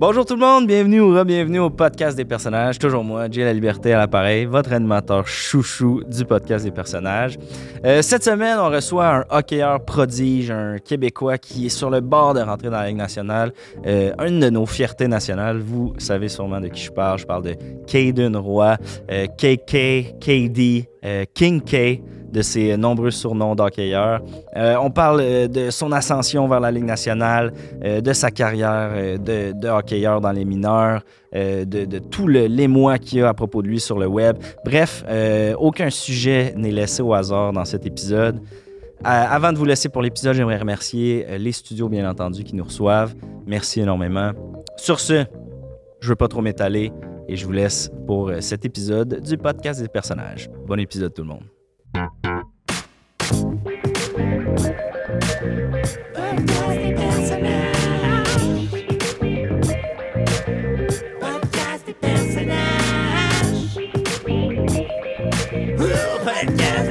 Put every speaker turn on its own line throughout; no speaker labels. Bonjour tout le monde, bienvenue ou re-bienvenue au podcast des personnages. Toujours moi, Jay La Liberté à l'appareil, votre animateur chouchou du podcast des personnages. Euh, cette semaine, on reçoit un hockeyeur prodige, un Québécois qui est sur le bord de rentrer dans la Ligue nationale. Euh, une de nos fiertés nationales, vous savez sûrement de qui je parle. Je parle de Caden Roy, euh, KK, KD, euh, King K de ses nombreux surnoms d'hockeyeur. Euh, on parle euh, de son ascension vers la Ligue nationale, euh, de sa carrière euh, de, de hockeyeur dans les mineurs, euh, de, de tout le- l'émoi qu'il y a à propos de lui sur le web. Bref, euh, aucun sujet n'est laissé au hasard dans cet épisode. Euh, avant de vous laisser pour l'épisode, j'aimerais remercier euh, les studios, bien entendu, qui nous reçoivent. Merci énormément. Sur ce, je ne veux pas trop m'étaler et je vous laisse pour euh, cet épisode du podcast des personnages. Bon épisode tout le monde.
Podcast des personnages. Podcast des personnages. Ouh, Podcast des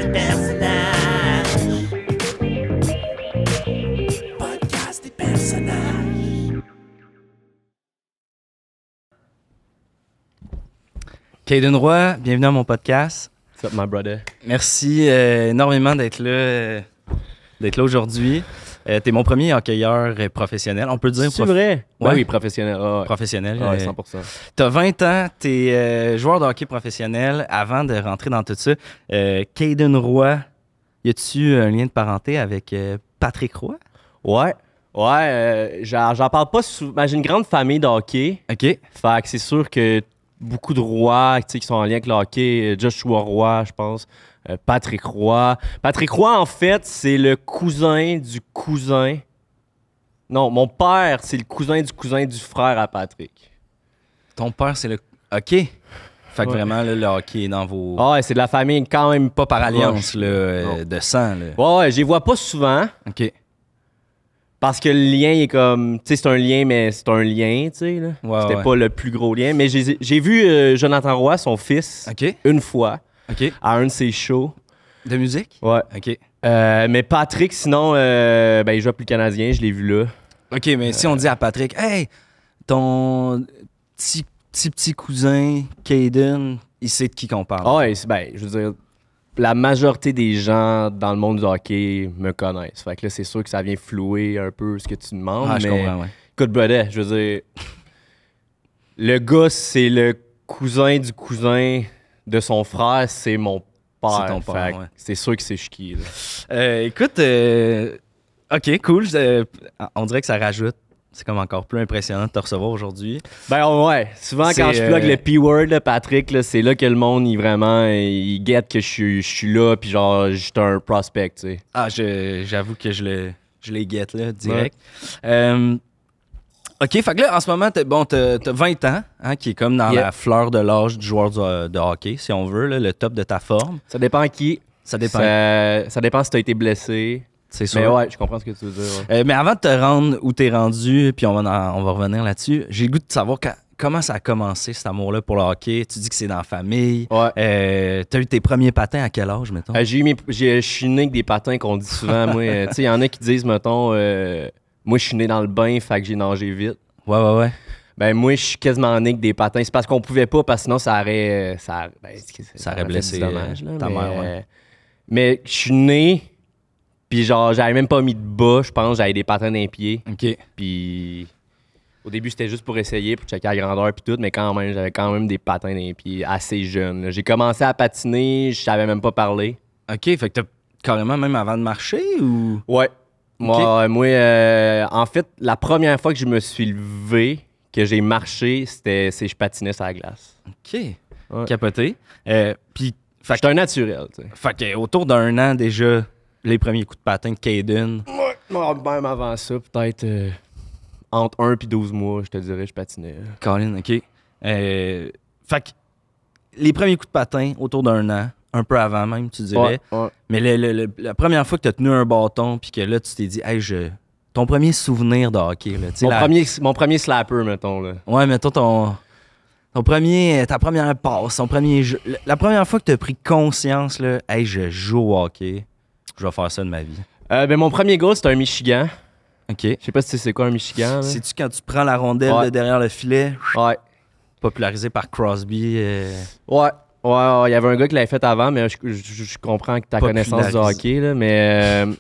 personnages. Podcast des personnages.
Caden Roy, bienvenue à mon podcast.
What's up, my brother?
Merci euh, énormément d'être là, euh, d'être là aujourd'hui. Euh, T'es mon premier hockeyeur euh, professionnel. On peut dire prof-
vrai?
Ouais.
Ouais, oui, professionnel. Ah, ouais.
professionnel.
Ah, ouais,
euh,
100%.
T'as 20 ans, t'es euh, joueur de hockey professionnel. Avant de rentrer dans tout ça, euh, Caden Roy, y a-tu un lien de parenté avec euh, Patrick Roy?
Ouais. Ouais, euh, j'en j'en parle pas souvent. Ben, J'ai une grande famille de hockey.
OK.
Fait que c'est sûr que beaucoup de rois tu sais, qui sont en lien avec le hockey, euh, Joshua Roy, je pense, euh, Patrick Roy. Patrick Roy, en fait, c'est le cousin du cousin. Non, mon père, c'est le cousin du cousin du frère à Patrick.
Ton père, c'est le... OK. Fait que
Ouais.
vraiment, là, le hockey est dans vos...
Ah, ouais, c'est de la famille quand même pas
Par
par
alliance là, euh, de sang. Là.
Ouais, ouais, je les vois pas souvent.
OK.
Parce que le lien est comme. Tu sais, c'est un lien, mais c'est un lien, tu sais. là.
Ouais,
C'était
ouais.
pas le plus gros lien. Mais j'ai j'ai vu euh, Jonathan Roy, son fils,
OK.
une fois,
OK.
à un de ses shows.
De musique?
Ouais.
OK.
Euh, mais Patrick, sinon, euh, ben, il joue plus le Canadien, je l'ai vu là.
OK, mais si on dit à Patrick, hey, ton petit petit, petit cousin, Caden, il sait de qui qu'on parle.
Ah ouais, c'est- ben, je veux dire, la majorité des gens dans le monde du hockey me connaissent. Fait que là, c'est sûr que ça vient flouer un peu ce que tu demandes.
Ah, je
mais-
comprends, ouais.
Écoute, Brodet, je veux dire, le gars, c'est le cousin du cousin de son frère, c'est mon père.
C'est ton père,
Fait que
ouais.
C'est sûr que c'est Chiki. là.
Euh, écoute, euh, OK, cool. Euh, on dirait que ça rajoute. C'est comme encore plus impressionnant de te recevoir aujourd'hui.
Ben oh, ouais, souvent quand
C'est,
je plug
euh,
le P-word, là, Patrick, là, c'est là que le monde, il vraiment, il guette que je suis, je suis là, puis genre, j'étais un prospect, tu sais.
Ah, je- j'avoue que je le je les guette, là, direct. Euh, OK, fait que là, en ce moment, t'as bon, t'as- t'as 20 ans, hein, qui est comme dans
Yeah.
la fleur de l'âge du joueur du- de hockey, si on veut, là, le top de ta forme.
Ça dépend qui.
Ça dépend,
Ça, ça dépend si t'as été blessé.
c'est sûr.
Mais ouais, je comprends ce que tu veux dire. ouais.
Euh, mais avant de te rendre où t'es rendu, puis on va, en- on va revenir là-dessus, j'ai le goût de savoir ca- comment ça a commencé, cet amour-là pour le hockey. Tu dis que c'est dans la famille.
Ouais.
Euh, T'as eu tes premiers patins à quel âge, mettons?
Euh, j'ai eu mes- j'ai- je suis né avec des patins qu'on dit souvent. moi, Euh, tu sais, il y en a qui disent, mettons, euh, moi, je suis né dans le bain, fait que j'ai nagé vite.
Ouais, ouais, ouais.
Ben, moi, je suis quasiment né avec des patins. C'est parce qu'on pouvait pas, parce que sinon, ça aurait. euh, Ça, ben, c'est que
Ça aurait
fait
blessé,
du dommage,
euh,
là,
ta
mais,
mère, ouais.
euh, mais je suis né, puis genre, j'avais même pas mis de bas, je pense, j'avais des patins d'un pied.
OK.
Puis. Au début, c'était juste pour essayer, pour checker la grandeur puis tout, mais quand même, j'avais quand même des patins d'un pied assez jeune. là. J'ai commencé à patiner, je savais même pas parler.
OK, fait que t'as carrément même avant de marcher ou.
Ouais. Moi, ouais, moi euh, en fait, la première fois que je me suis levé, que j'ai marché, c'était c'est je patinais sur la glace.
OK.
Ouais.
Capoté. Euh, puis, fait que-
J'étais un naturel, tu sais.
fait que autour d'un an déjà, les premiers coups de patin de Caden.
Moi, même avant ça, peut-être euh, entre 1 puis 12 mois, je te dirais, je patinais.
Colin, OK. Euh, fait que les premiers coups de patin autour d'un an, un peu avant même, tu dirais.
Ouais, ouais.
Mais le- le- le- la première fois que tu as tenu un bâton, puis que là, tu t'es dit, hey, je. Ton premier souvenir de hockey, là. tu sais,
Mon,
la-
premier, mon premier slapper, mettons. Là.
Ouais, mettons ton. Ton premier. Ta première passe, ton premier jeu. le- La première fois que tu as pris conscience, là, hey, je joue au hockey, je vais faire ça de ma vie.
Euh, ben, mon premier goal, c'était un Michigan.
OK.
Je sais pas si tu sais c'est quoi un Michigan. là.
C'est-tu quand tu prends la rondelle
Ouais.
de derrière le filet,
Ouais.
popularisé par Crosby? euh,
Ouais. Ouais, ouais, il y avait un gars qui l'avait fait avant, mais je, je- je comprends que ta
Popularisé.
connaissance du hockey, là, mais, euh, mais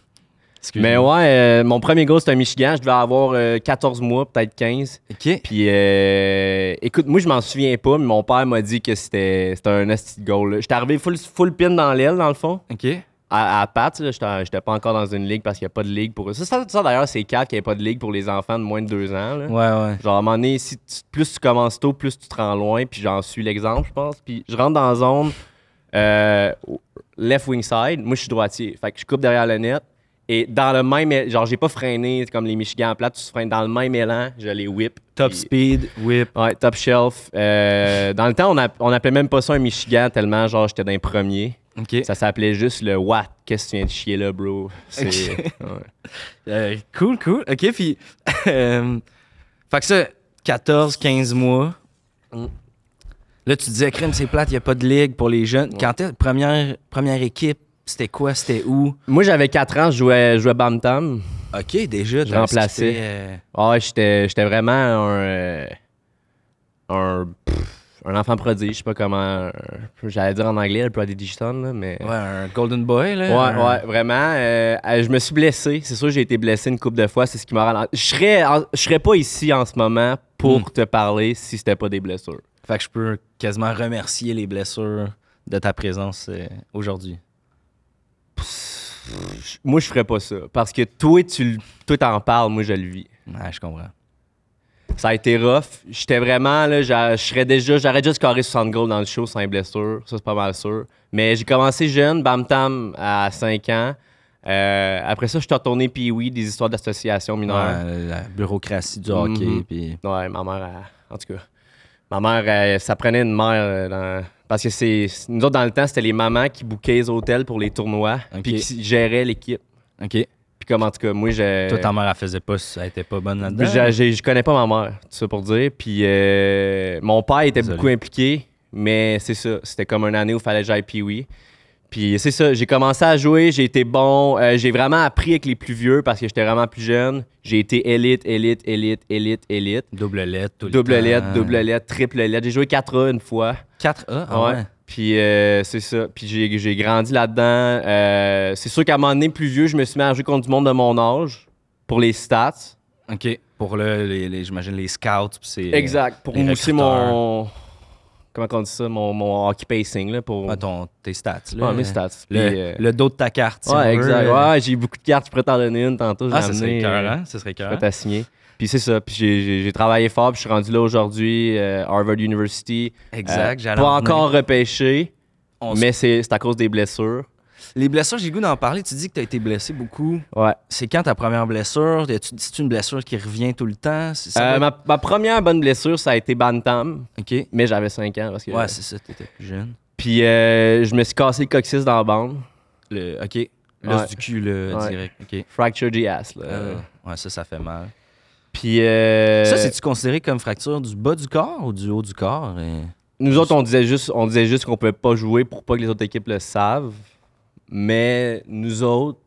excuse-moi.
ouais, euh, mon premier goal, c'était un Michigan. Je devais avoir euh, 14 mois, peut-être 15.
OK.
Puis, euh, écoute, moi, je m'en souviens pas, mais mon père m'a dit que c'était c'était un esti de goal. là. J'étais arrivé full, full pin dans l'aile, dans le fond.
OK.
à, à Pat, là, j'étais j'étais pas encore dans une ligue parce qu'il n'y a pas de ligue pour eux. Ça, ça, ça, d'ailleurs, c'est quatre qu'il n'y a pas de ligue pour les enfants de moins de deux ans. là.
Ouais, ouais.
Genre, à un moment donné, si tu- plus tu commences tôt, plus tu te rends loin, puis j'en suis l'exemple, je pense. Puis je rentre dans la zone euh, au- left wing side. Moi, je suis droitier. Fait que je coupe derrière le net. Et dans le même. é- Genre, j'ai pas freiné c'est comme les Michigans en plate, tu se freines. Dans le même élan, je les whip.
Top
Puis-
speed, whip.
Ouais, top shelf. Euh, dans le temps, on, a- on appelait même pas ça un Michigan tellement, genre, j'étais dans les premiers.
OK.
Ça s'appelait juste le What? Qu'est-ce que tu viens de chier là, bro? C'est.
Ok.
ouais.
Euh, cool, cool. OK, puis... euh, fait que ça, 14, 15 mois.
Mm.
Là, tu disais, crème, c'est plate, il n'y a pas de ligue pour les jeunes. Quand t'es première, première équipe, c'était quoi, c'était où?
Moi, j'avais 4 ans, je jouais, je jouais Bantam.
OK, déjà,
Je
t'avais
remplaçais.
skippé, euh,
Ah, j'étais j'étais vraiment un. euh, un. pff, un enfant prodige, je sais pas comment. euh, J'allais dire en anglais, le prodigy son, là, mais.
ouais, un Golden Boy, là.
Ouais,
un-
ouais, vraiment. euh, euh, je me suis blessé. C'est sûr, j'ai été blessé une couple de fois. C'est ce qui m'a ralenti. Je serais, en- je serais pas ici en ce moment pour te parler si c'était pas des blessures.
Fait que je peux quasiment remercier les blessures de ta présence euh, aujourd'hui.
Je- Moi, je ferais pas ça. Parce que toi, tu le- toi, t'en parles. Moi, je le vis.
Ouais, je comprends.
Ça a été rough. J'étais vraiment là, j'a- je serais déjà, j'aurais déjà scoré 60 goals dans le show sans les blessures. Ça, c'est pas mal sûr. Mais j'ai commencé jeune, bam tam, à 5 ans. Euh, après ça, je suis retourné puis oui, des histoires d'associations mineures.
Ouais, la bureaucratie du hockey,
Mhm.
puis...
Ouais, ma mère, elle- en tout cas, ma mère, elle- ça prenait une mère euh, dans- parce que c'est nous autres dans le temps, c'était les mamans qui bouquaient les hôtels pour les tournois
Ok.
puis qui géraient l'équipe.
OK.
Puis comme en tout cas, moi, j'ai
Toi, ta mère, elle faisait pas, ça, elle était pas bonne là-dedans.
Puis j'ai- j'ai- Je connais pas ma mère, tout ça pour dire. Puis euh, mon père était
Désolé.
beaucoup impliqué, mais c'est ça. C'était comme une année où il fallait que j'aille oui. Puis c'est ça, j'ai commencé à jouer, j'ai été bon. euh, j'ai vraiment appris avec les plus vieux parce que j'étais vraiment plus jeune. J'ai été élite, élite, élite, élite, élite.
Double lettre, tout le
Double
temps.
lettre, double lettre, triple lettre. J'ai joué 4A une fois.
4A, ah ouais.
Ouais. Puis euh, c'est ça. Puis j'ai, j'ai grandi là-dedans. Euh, c'est sûr qu'à un moment donné, plus vieux, je me suis mis à jouer contre du monde de mon âge pour les stats.
OK. Pour le, les, les- j'imagine les scouts, puis c'est...
Exact. Pour
euh, les
mousser
recruteurs.
mon. Comment on dit ça? Mon, mon hockey pacing, là. Pour.
Ah, ton, tes stats, là.
Ouais, mes stats.
Le,
Puis, euh,
le dos de ta carte, si on veut,
ouais, exact.
euh.
Ouais, j'ai beaucoup de cartes. Je pourrais t'en donner une tantôt.
Ah,
j'en
ça
ai
serait
amené,
cœur,
euh,
hein? Ça serait
Je
cœur.
pourrais t'assigner. Puis c'est ça. Puis j'ai- j'ai j'ai travaillé fort. Puis je suis rendu là aujourd'hui, euh, Harvard University.
Exact,
Euh,
j'allais
Pas
en venir.
encore repêché,
On s-
mais c'est c'est à cause des blessures.
Les blessures, j'ai le goût d'en parler. Tu dis que tu as été blessé beaucoup.
Ouais.
C'est quand ta première blessure? C'est-tu c'est-tu une blessure qui revient tout le temps? C'est- ça
Euh,
doit-
ma, ma première bonne blessure, ça a été Bantam,
OK.
mais j'avais 5 ans. Parce que,
Ouais, c'est ça, t'étais plus jeune.
Puis euh, je me suis cassé le coccyx dans la bande.
Le, OK. L'os
Ouais.
du cul, le
Ouais.
direct. OK.
Fracture the ass. Là.
Euh, ouais, ça, ça fait mal.
Puis. euh,
Ça, c'est-tu considéré comme fracture du bas du corps ou du haut du corps? Et-
Nous autres, on disait juste, on disait juste qu'on pouvait pas jouer pour pas que les autres équipes le savent. Mais nous autres,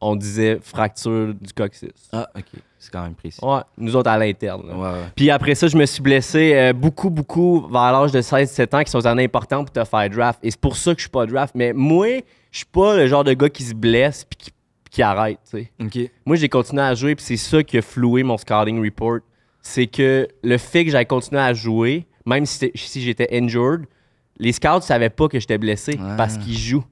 on disait fracture du coccyx.
Ah, OK. C'est quand même précis.
Ouais, nous autres à l'interne. là.
Ouais, ouais.
Puis après ça, je me suis blessé euh, beaucoup, beaucoup vers l'âge de 16-17 ans, qui sont des années importantes pour te faire draft. Et c'est pour ça que je suis pas draft. Mais moi, je suis pas le genre de gars qui se blesse puis qui, qui arrête. tu sais.
OK.
Moi, j'ai continué à jouer, puis c'est ça qui a floué mon scouting report. C'est que le fait que j'avais continué à jouer, même si, c'était- si j'étais injured, les scouts savaient pas que j'étais blessé
Ouais.
parce qu'ils jouent.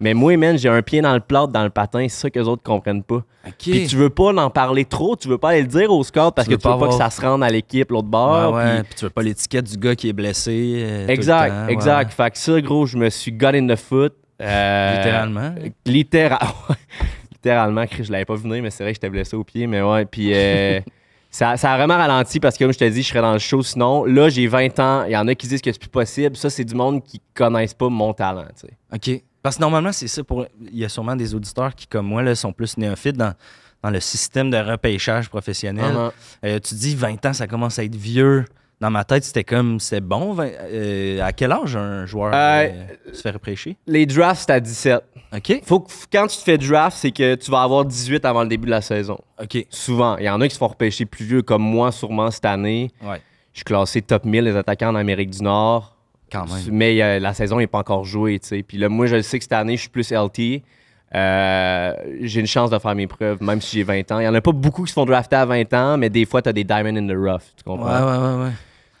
Mais moi, man, j'ai un pied dans le plat, dans le patin, c'est ça que les autres comprennent pas.
OK.
Puis tu veux pas en parler trop, tu veux pas aller le dire aux scouts parce
Tu veux
que tu veux
pas
pas que ça
avoir-
se rende à l'équipe, l'autre
Ouais,
bord.
Ah, ouais.
puis-
Puis tu veux pas l'étiquette du gars qui est blessé. euh, tout le
Exact,
temps, ouais.
exact. Fait que ça, gros, je me suis got in the foot. euh,
Littéralement.
Littéra- littéralement, Chris, je l'avais pas venu, mais c'est vrai que j'étais blessé au pied, mais ouais. Puis euh, ça, ça a vraiment ralenti parce que, comme je te dis, je serais dans le show sinon. Là, j'ai 20 ans, il y en a qui disent que c'est plus possible. Ça, c'est du monde qui connaissent pas mon talent, tu sais.
OK. Parce que normalement, c'est ça pour. Il y a sûrement des auditeurs qui, comme moi, là, sont plus néophytes dans, dans le système de repêchage professionnel.
Uh-huh.
Euh, tu dis 20 ans, ça commence à être vieux Dans ma tête, c'était comme, c'est bon. vingt- euh, à quel âge un joueur
Euh,
euh, se fait repêcher?
Les drafts, c'est à 17.
OK.
Faut que, quand tu te fais draft, c'est que tu vas avoir 18 avant le début de la saison.
OK.
Souvent. Il y en a qui se font repêcher plus vieux, comme moi, sûrement cette année.
Ouais.
Je suis classé top 1000 des attaquants en Amérique du Nord.
Quand même.
Mais euh, la saison n'est pas encore jouée, tu sais. Puis là, moi, je le sais que cette année, je suis plus LT. Euh, j'ai une chance de faire mes preuves, même si j'ai 20 ans. Il n'y en a pas beaucoup qui se font drafter à 20 ans, mais des fois, tu as des diamonds in the rough. Tu
Ouais,
comprends?
ouais, ouais, ouais.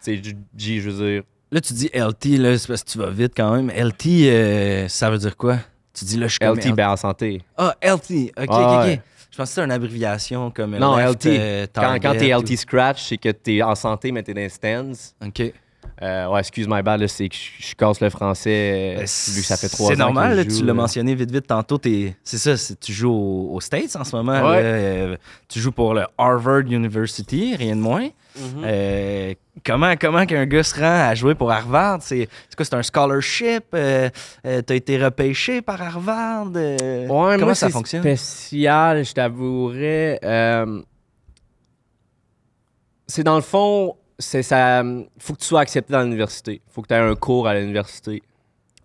Tu sais, j- j- je veux dire.
Là, tu dis LT, là, c'est parce que tu vas vite quand même. LT, euh, ça veut dire quoi? Tu dis là, je suis comme
LT, ben en santé.
Ah, LT. OK,
Ah,
OK, OK.
ouais.
Je pensais que c'était une abréviation comme
Non,
left,
LT.
euh,
Quand, quand
target
t'es
ou-
LT scratch, c'est que t'es en santé, mais t'es dans les stands.
OK.
Euh, ouais, excuse my bad, là, c'est que je je casse le français euh, vu que ça fait trois ans.
C'est normal,
que
là,
je
tu
joue,
l'as
là.
mentionné vite, vite tantôt. t'es- C'est ça, c'est- tu joues au- aux States en ce moment. là,
Ouais.
euh, tu joues pour le Harvard University, rien de moins.
Mm-hmm.
Euh, comment comment qu'un gars se rend à jouer pour Harvard? C'est c'est quoi, c'est un scholarship? Euh, euh, T'as été repêché par Harvard? Euh,
Ouais,
comment
moi,
ça
c'est
fonctionne?
spécial, je t'avouerais. euh, c'est dans le fond, c'est ça. Faut que tu sois accepté dans l'université. Faut que tu aies un cours à l'université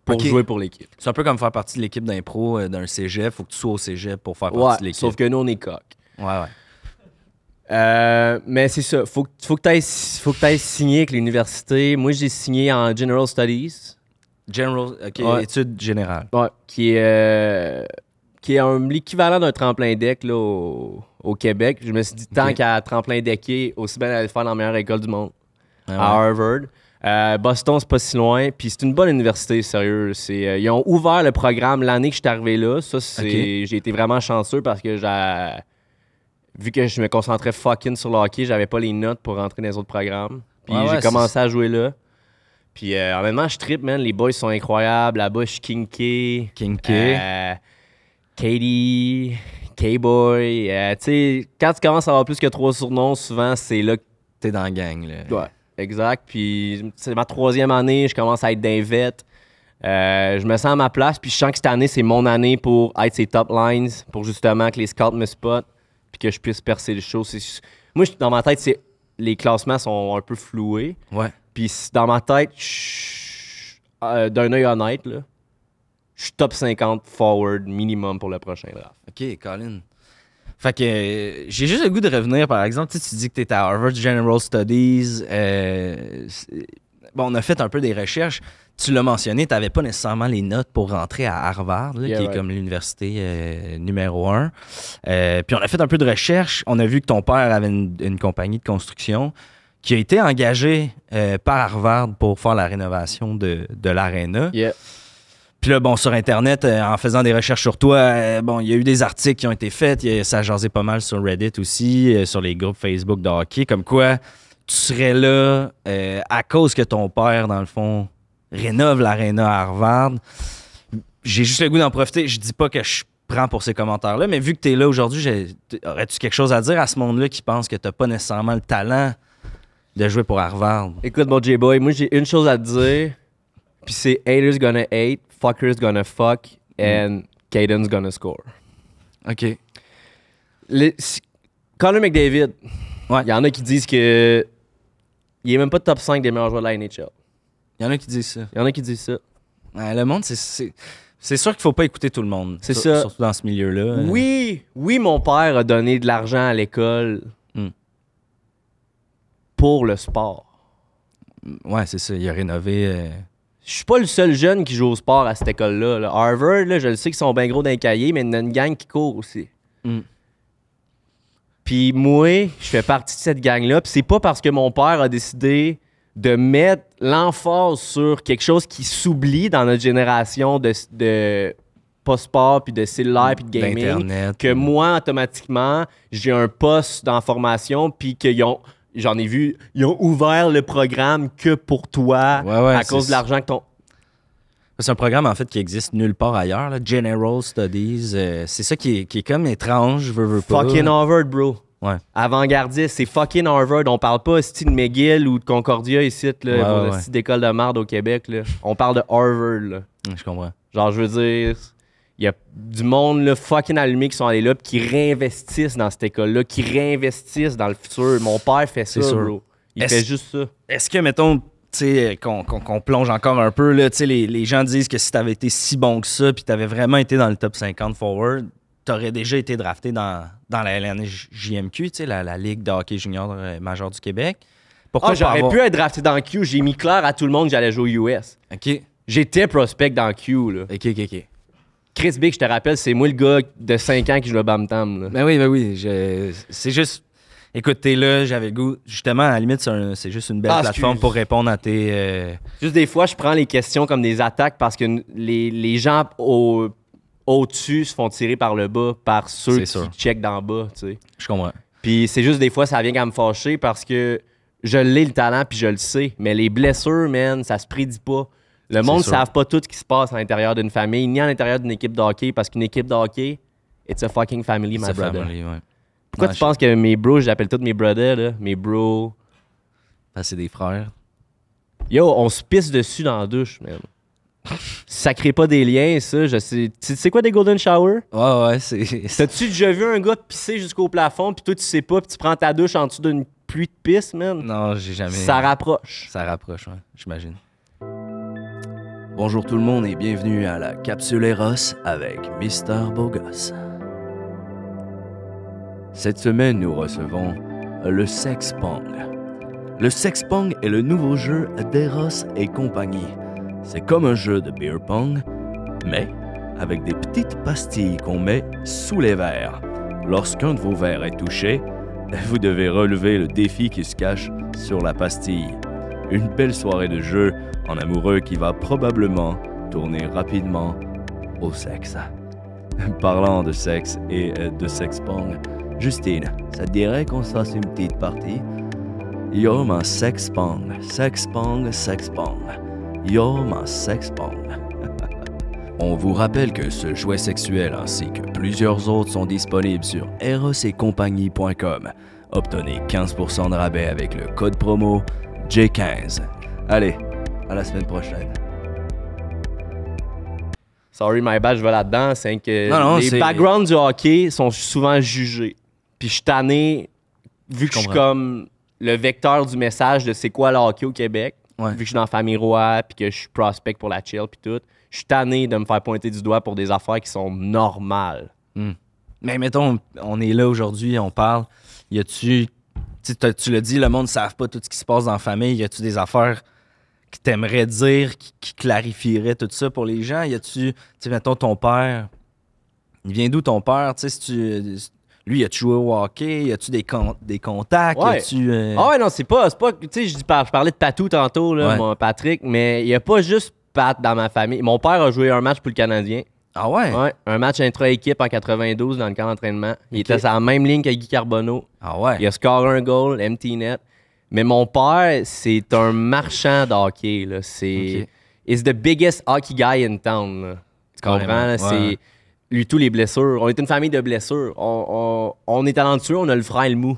pour
Ok.
jouer pour l'équipe.
C'est un peu comme faire partie de l'équipe d'impro euh, d'un cégep. Faut que tu sois au cégep pour faire partie de
Ouais,
l'équipe.
sauf que nous, on est coq.
Ouais, ouais.
Euh, mais c'est ça. Faut, que- faut que tu ailles, faut que t'ailles signer avec l'université. Moi, j'ai signé en General Studies.
General, OK,
Ouais.
études générales.
Ouais, qui est, euh, qui est un- l'équivalent d'un tremplin deck là, au, au Québec. Je me suis dit, tant
Ok.
qu'à tremplin decker, aussi bien aller le faire dans la meilleure école du monde, à
Ah ouais.
Harvard. Euh, Boston, c'est pas si loin. Puis c'est une bonne université, sérieux. C'est, euh, ils ont ouvert le programme l'année que je suis arrivé là. Ça, c'est,
Ok.
j'ai été vraiment chanceux parce que j'ai, vu que je me concentrais fucking sur le hockey, j'avais pas les notes pour rentrer dans les autres programmes. Puis
Ouais, ouais,
j'ai
c'est-
commencé à jouer là. Puis euh, honnêtement, je trippe, man. Les boys sont incroyables. Là-bas, je suis kinky.
Kinky.
Euh, Katie, K-Boy. euh, tu sais, quand tu commences à avoir plus que trois surnoms, souvent, c'est là que.
T'es dans la gang, là.
Ouais. Exact. Puis, c'est ma troisième année, je commence à être d'invette. Euh, je me sens à ma place, puis je sens que cette année, c'est mon année pour être ces top lines, pour justement que les scouts me spotent, puis que je puisse percer les choses. C'est- Moi, je- dans ma tête, c'est les classements sont un peu floués.
Ouais.
Puis c- dans ma tête, je- euh, d'un œil honnête, là, je suis top 50 forward minimum pour le prochain draft.
OK, Colin. Fait que euh, j'ai juste le goût de revenir, par exemple. Tu, sais, tu dis que tu à Harvard General Studies. euh, c'est- bon, on a fait un peu des recherches. Tu l'as mentionné, tu n'avais pas nécessairement les notes pour rentrer à Harvard, là,
Yeah,
qui
right.
est comme l'université euh, numéro un. Euh, puis on a fait un peu de recherche. On a vu que ton père avait une, une compagnie de construction qui a été engagée euh, par Harvard pour faire la rénovation de, de l'aréna.
Yeah.
Puis là, bon, sur Internet, euh, en faisant des recherches sur toi, euh, bon, il y a eu des articles qui ont été faits. il y a- ça a jasé pas mal sur Reddit aussi, euh, sur les groupes Facebook de hockey, comme quoi tu serais là euh, à cause que ton père, dans le fond, rénove l'aréna à Harvard. J'ai juste le goût d'en profiter. Je dis pas que je prends pour ces commentaires-là, mais vu que tu es là aujourd'hui, j'ai- t- aurais-tu quelque chose à dire à ce monde-là qui pense que tu pas nécessairement le talent de jouer pour Harvard?
Écoute, mon J-Boy, moi j'ai une chose à te dire, puis c'est haters gonna hate, fuckers gonna fuck, and Caden's gonna score.
OK.
Le- si- Connor McDavid, il
Ouais.
y en a qui disent que il est même pas top 5 des meilleurs joueurs de la NHL.
Il y en a qui disent ça.
Il y en a qui disent ça.
Ouais, le monde, c'est- c'est. C'est sûr qu'il faut pas écouter tout le monde.
C'est
Sur-
ça.
Surtout dans ce milieu-là.
Oui, oui, mon père a donné de l'argent à l'école
Hmm.
pour le sport.
Ouais, c'est ça. Il a rénové. euh,
Je suis pas le seul jeune qui joue au sport à cette école-là. là. Harvard, là, je le sais qu'ils sont bien gros dans les cahiers, mais il y en a une gang qui court aussi.
Mm.
Puis moi, je fais partie de cette gang-là. Puis c'est pas parce que mon père a décidé de mettre l'emphase sur quelque chose qui s'oublie dans notre génération de, de pas sport, puis de cellulaire, puis de gaming
D'Internet.
que moi, automatiquement, j'ai un poste dans la formation, puis qu'ils ont. J'en ai vu, ils ont ouvert le programme que pour toi
Ouais, ouais,
à
c'est
cause de
ça.
l'argent que ton.
C'est un programme, en fait, qui existe nulle part ailleurs. là. General Studies. euh, c'est ça qui est, qui est comme étrange, je veux, veux pas.
Fucking Harvard, bro.
Ouais.
Avant-gardiste, c'est fucking Harvard. On parle pas esti, de McGill ou de Concordia ici,
Ouais,
là,
ouais,
vos esti d'école de marde au Québec. Là. On parle de Harvard. là.
Hum, Je comprends.
Genre, je veux dire, il y a du monde là, fucking allumé qui sont allés là, puis qui réinvestissent dans cette école-là, qui réinvestissent dans le futur. Mon père fait
C'est
ça,
sûr.
bro. Il
Est-ce-
fait juste ça.
Est-ce que, mettons, tu sais, qu'on qu'on- qu'on plonge encore un peu, là, tu sais, les, les gens disent que si t'avais été si bon que ça, puis t'avais vraiment été dans le top 50 forward, t'aurais déjà été drafté dans, dans la LNJMQ, tu sais, la, la Ligue de hockey junior euh, majeure du Québec. Pourquoi
Ah,
pas
j'aurais
avoir-
pu être drafté dans Q. J'ai mis clair à tout le monde que j'allais jouer au US.
OK.
J'étais prospect dans Q. Là.
OK, OK, OK.
Chris Big, je te rappelle, c'est moi le gars de 5 ans qui joue à Bam Tam. là.
Ben oui, ben oui. je- C'est juste. Écoute, t'es là, j'avais le goût. Justement, à la limite, c'est un- c'est juste une belle
Ah,
plateforme
excuse.
pour répondre à tes. euh,
Juste des fois, je prends les questions comme des attaques parce que n- les, les gens au- au-dessus se font tirer par le bas, par ceux
C'est
qui
sûr.
checkent d'en bas. tu sais.
Je comprends.
Puis c'est juste des fois, ça vient qu'à me fâcher parce que je l'ai le talent puis je le sais. Mais les blessures, man, ça se prédit pas. Le monde ne
sûr.
savent pas tout ce qui se passe à l'intérieur d'une famille, ni à l'intérieur d'une équipe de hockey, parce qu'une équipe de hockey, it's a fucking family, my
Sa
brother.
family, ouais.
Pourquoi
Non,
tu
je-
penses que mes bros, j'appelle tous mes brothers, là, mes bros.
Parce que Ah, c'est des frères.
Yo, on se pisse dessus dans la douche, man. ça crée pas des liens, ça. Je sais. Tu sais quoi des golden shower?
Ouais, ouais, c'est.
T'as-tu déjà vu un gars pisser jusqu'au plafond, puis toi tu sais pas, puis tu prends ta douche en dessous d'une pluie de pisse, man?
Non, j'ai jamais.
Ça rapproche.
Ça rapproche, ouais, j'imagine. Bonjour tout le monde et bienvenue à la capsule Eros avec Mister Bogos. Cette semaine, nous recevons le Sex Pong. Le Sex Pong est le nouveau jeu d'Eros et compagnie. C'est comme un jeu de beer pong, mais avec des petites pastilles qu'on met sous les verres. Lorsqu'un de vos verres est touché, vous devez relever le défi qui se cache sur la pastille. Une belle soirée de jeu en amoureux qui va probablement tourner rapidement au sexe. Parlant de sexe et euh, de sex-pong, Justine, ça te dirait qu'on se fasse une petite partie? Yo, ma sex-pong, sex-pong, sex-pong. Yo, ma sex-pong. On vous rappelle que ce jouet sexuel ainsi que plusieurs autres sont disponibles sur E erosetcompagnie.com. Obtenez 15% de rabais avec le code promo J15. Allez, à la semaine prochaine.
Sorry, my bad, je vais là-dedans. C'est que
Non, non, c'est-
les backgrounds du hockey sont souvent jugés. Puis je suis tanné, vu que je suis
comprends.
comme le vecteur du message de c'est quoi le hockey au Québec,
Ouais.
vu que je suis dans la famille Roy, puis que je suis prospect pour la chill, puis tout. Je suis tanné de me faire pointer du doigt pour des affaires qui sont normales.
Mais mettons, on est là aujourd'hui, on parle. Y a-tu. Tu t'as- tu l'as dit, le monde ne savent pas tout ce qui se passe dans la famille. Y a-tu des affaires que t'aimerais dire, qui, qui clarifieraient tout ça pour les gens? Y a-tu. Tu sais, mettons, ton père. Il vient d'où ton père? Tu sais, si tu. Lui, a-tu joué au hockey? Y a-tu des, con- des contacts?
Ouais.
Y a-tu. euh,
Ah ouais, non, c'est pas. c'est pas tu sais, je, dis par- je parlais de Patou tantôt, là,
Ouais.
mon Patrick, mais il n'y a pas juste Pat dans ma famille. Mon père a joué un match pour le Canadien.
Ah ouais?
Ouais, un match intra-équipe en 92 dans le camp d'entraînement. Il était sur la même ligne que Guy Carbonneau.
Ah ouais?
Il a scoré un goal, empty net. Mais mon père, c'est un marchand de hockey. Là. C'est,
Ok.
It's the biggest hockey guy in town. là. Tu comprends?
Carrément,
là?
ouais.
C'est lui, tous les blessures. On est une famille de blessures. On, on- on est talentueux, on a le frère et le mou.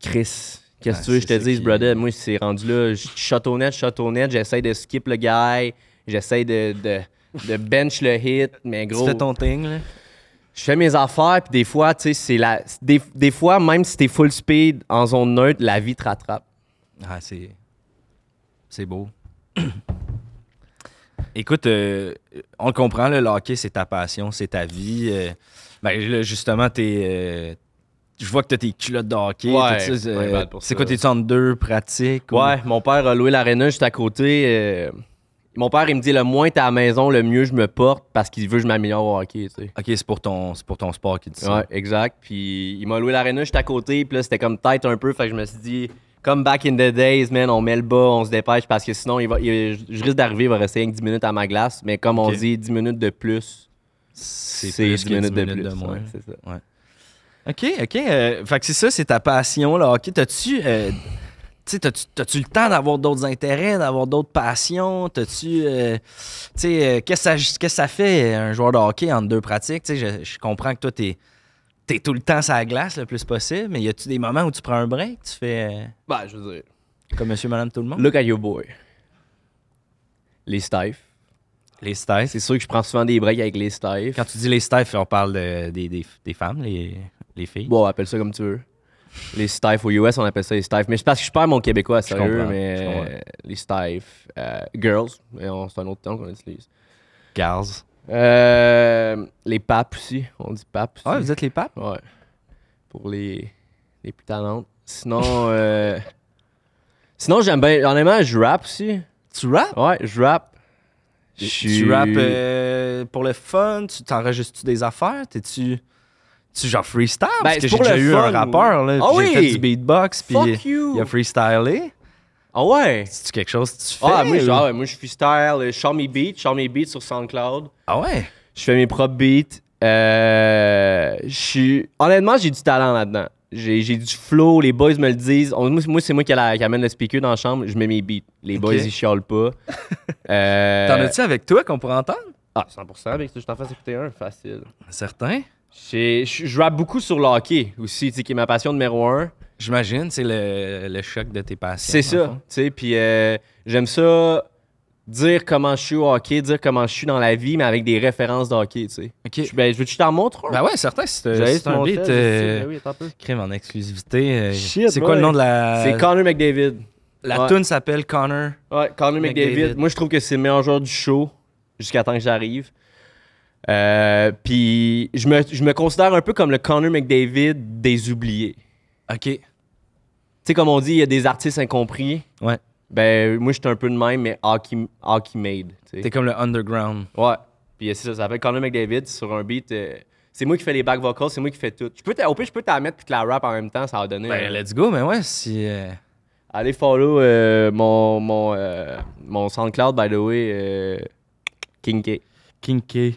Chris, qu'est-ce que
Ah,
tu veux que
c'est-
je te
c'est
dise,
qui-
brother? Moi, c'est rendu là, je shot au net, je shot au net, j'essaie de skip le guy, j'essaie de, de, de bench le hit, mais
Tu
gros
fais ton thing, là?
je fais mes affaires, puis des fois, tu sais, c'est la. Des, des fois, même si t'es full speed en zone neutre, la vie te rattrape.
Ah, c'est. C'est beau. Écoute, euh, on le comprend, là, le hockey, c'est ta passion, c'est ta vie. euh, ben, là, justement, t'es. euh, je vois que t'as tes culottes de hockey.
Ouais,
tout ça,
ouais,
euh,
bad pour
c'est
ça.
quoi, t'es-tu en deux pratiques? ou-
Ouais, mon père a loué l'aréna juste à côté. euh, mon père, il me dit le moins t'es à la maison, le mieux je me porte parce qu'il veut que je m'améliore au hockey, tu sais.
Ok, c'est pour, ton, c'est pour ton sport qui dit ça.
Ouais, exact. Puis il m'a loué l'aréna juste à côté, puis là, c'était comme tête un peu, fait que je me suis dit. Comme back in the days, man, on met le bas, on se dépêche parce que sinon, il va, il- je risque d'arriver, il va rester rien que 10 minutes à ma glace. Mais comme on
Ok.
dit, 10 minutes de plus,
C'est,
c'est
plus
10
que
minutes, de plus.
moins.
ouais, c'est ça.
Ok, ok. euh, fait que c'est ça, c'est ta passion, le hockey. T'as-tu. euh, tu sais, t'as-tu, t'as-tu le temps d'avoir d'autres intérêts, d'avoir d'autres passions? T'as-tu. euh, tu sais, euh, qu'est-ce, que ça- qu'est-ce que ça fait euh, un joueur de hockey entre deux pratiques? Tu sais, je, je comprends que toi, t'es, t'es tout le temps sur la glace le plus possible, mais y a-tu des moments où tu prends un break? Tu fais euh,
Bah, je veux dire.
comme monsieur, madame, tout le monde?
Look at your boy. Les staffs.
Les staffs.
C'est sûr que je prends souvent des breaks avec les staffs.
Quand tu dis les staffs, on parle de- des, des- des femmes, les, les filles.
Bon, appelle ça comme tu veux. Les Stife, aux US, on appelle ça les Stife. Mais c'est parce que je perds mon québécois, sérieux.
comprends,
Mais
je comprends.
euh, les Stife. euh, girls, mais on- c'est un autre terme qu'on utilise.
Gaz.
Euh, les papes aussi. On dit papes. aussi.
Ah, vous êtes les papes?
Ouais. Pour les, les plus talentes. Sinon, euh, sinon j'aime bien. Honnêtement, je rappe aussi.
Tu rap?
Ouais, je rappe. Je suis-
Tu rap euh, pour le fun? Tu t'enregistres-tu des affaires? T'es-tu... Tu genre freestyle? parce que
Ben, c'est
j'ai
pour
déjà
le
eu
fun,
un rappeur, là.
oui. Ah
puis J'ai
oui!
fait du beatbox, puis
Fuck you!
il a freestylé.
Ah ouais!
C'est-tu quelque chose que tu fais?
Ah, moi, je-
ou-
ah ouais, moi, je suis euh, style. Je sors mes beats. Je sors mes beats sur SoundCloud.
Ah ouais?
Je fais mes propres beats. Euh, je suis... Honnêtement, j'ai du talent là-dedans. J'ai j'ai du flow, les boys me le disent. On- moi, c'est moi qui, a la- qui amène le speaker dans la chambre, je mets mes beats. Les boys, ils chiolent pas. Euh,
T'en as-tu avec toi qu'on pourrait entendre?
Ah, 100%, mais que je t'en fasse écouter un, facile.
Certain.
J'ai- Je je rappe beaucoup sur le hockey aussi, tu sais, qui est ma passion numéro un.
J'imagine, c'est le, le choc de tes passions.
C'est
dans le
ça,
fond.
tu sais, puis euh, j'aime ça dire comment je suis au hockey, dire comment je suis dans la vie, mais avec des références de hockey, tu sais.
OK.
Je- Ben, je veux que tu t'en montres un?
Ben ouais, certain, c'est euh,
J'avais
c'est
sur
un
mon
beat.
sel,
euh,
je sais, ben oui, attends un peu.
Crime en exclusivité. euh,
Shit,
c'est quoi
ouais.
le nom de la.
C'est Connor McDavid.
La
ouais.
tune s'appelle Connor.
Ouais, Connor McDavid.
McDavid.
Moi, je trouve que c'est le meilleur joueur du show jusqu'à temps que j'arrive. Euh, puis je me, je me considère un peu comme le Connor McDavid des oubliés. Tu
OK.
sais, comme on dit, il y a des artistes incompris.
Ouais.
Ben, moi, j'étais un peu de même, mais hockey, hockey made. tu sais.
T'es comme le underground.
Ouais. Puis c'est ça, ça s'appelle Connor McDavid sur un beat. euh, c'est moi qui fais les back vocals, c'est moi qui fais tout. Je peux t'a- au pire, je peux t'en mettre puis te la rap en même temps, ça va donner. un-
Ben, let's go, mais ouais, si. euh,
Allez follow euh, mon, mon, euh, mon SoundCloud, by the way, euh, King K.
King K.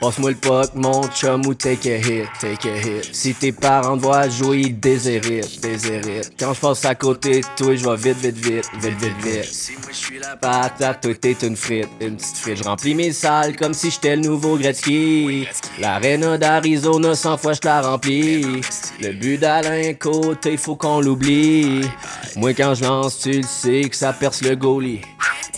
Passe-moi le poc, mon chum, ou take a hit, take a hit. Si tes parents te voient jouer, ils déshéritent, déshéritent. Quand je passe à côté de toi, je vais vite, vite, vite, vite, vite, vite. Si moi je suis la patate, toi t'es une frite, une petite frite. Je remplis mes salles comme si j'étais le nouveau Gretzky. L'arena d'Arizona, 100 fois je la remplis. Le but d'Alain Côté, faut qu'on l'oublie. Moi quand je lance, tu le sais que ça perce le goalie.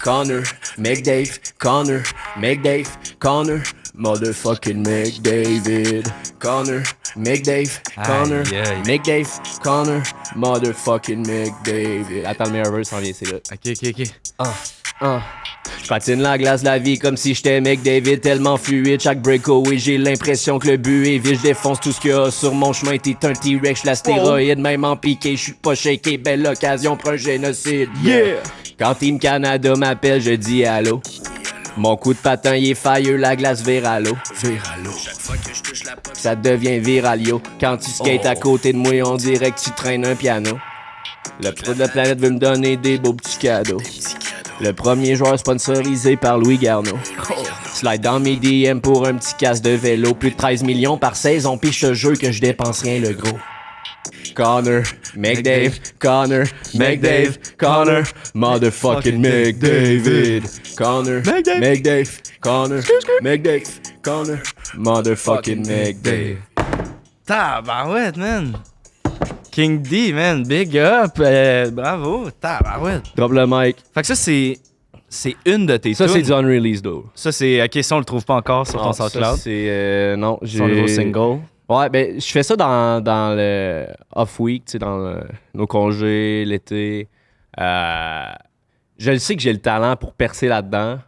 Connor, McDave, Connor, McDave, Connor, motherfucking McDavid. Connor, McDave, Connor,
Aïe, aïe.
McDave, Connor, motherfucking McDavid. Attends, le meilleur verse s'en vient, c'est là.
Ok, ok, ok.
Je patine la glace la vie comme si j'étais mec David tellement fluide chaque breakaway j'ai l'impression que le but est vide je défonce tout ce qu'il y a sur mon chemin t'es un T-Rex j'suis la stéroïde même en piqué je suis pas shaké belle occasion pour un génocide yeah quand Team Canada m'appelle je dis allô mon coup de patin il est failleux la glace vire à l'eau ça devient viralio quand tu skates à côté de moi on dirait que tu traînes un piano le pro de la planète veut me donner des beaux petits cadeaux. Oh. Le premier joueur sponsorisé par Louis Garneau. Slide dans mes DM pour un petit casse de vélo. Plus de 13 millions par saison, pis je te jure que je dépense rien le gros. Connor, McDave, Connor, McDave, Connor, motherfucking McDavid. Connor, McDave, Connor, McDave, Connor, motherfucking McDave.
Tabarouette, man. King D, man. Big up. euh, bravo. Tabarouette.
Drop le mic.
Fait que ça, c'est. C'est une de tes
Ça, c'est
tunes.
du unrelease, though.
Ça, c'est. Ok, Ah, ça, on le trouve pas encore sur ton
Non, ça,
SoundCloud.
C'est euh, non, j'ai
Son nouveau single.
Ouais, ben je fais ça dans, dans le off week, tu sais, dans le- nos congés, l'été. Euh, je le sais que j'ai le talent pour percer là-dedans,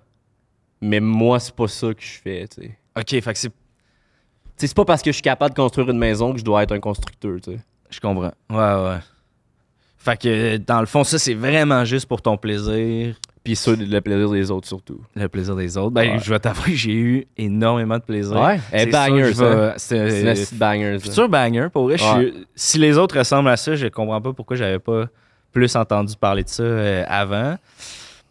mais moi c'est pas ça que je fais, tu sais.
Ok, fait que c'est.
Tu sais, c'est pas parce que je suis capable de construire une maison que je dois être un constructeur, tu sais.
Je comprends. Ouais, ouais. Fait que dans le fond, ça, c'est vraiment juste pour ton plaisir,
Puis ça, le plaisir des autres surtout.
le plaisir des autres. Ben,
Ouais.
je vais t'avouer que j'ai eu énormément de plaisir.
Ouais,
C'est
eh, banger,
sûr que je vais-
C'est une
C'est
petite banger. ça.
futur banger. Pour vrai, je suis- si les autres ressemblent à ça, je comprends pas pourquoi j'avais pas plus entendu parler de ça euh, avant.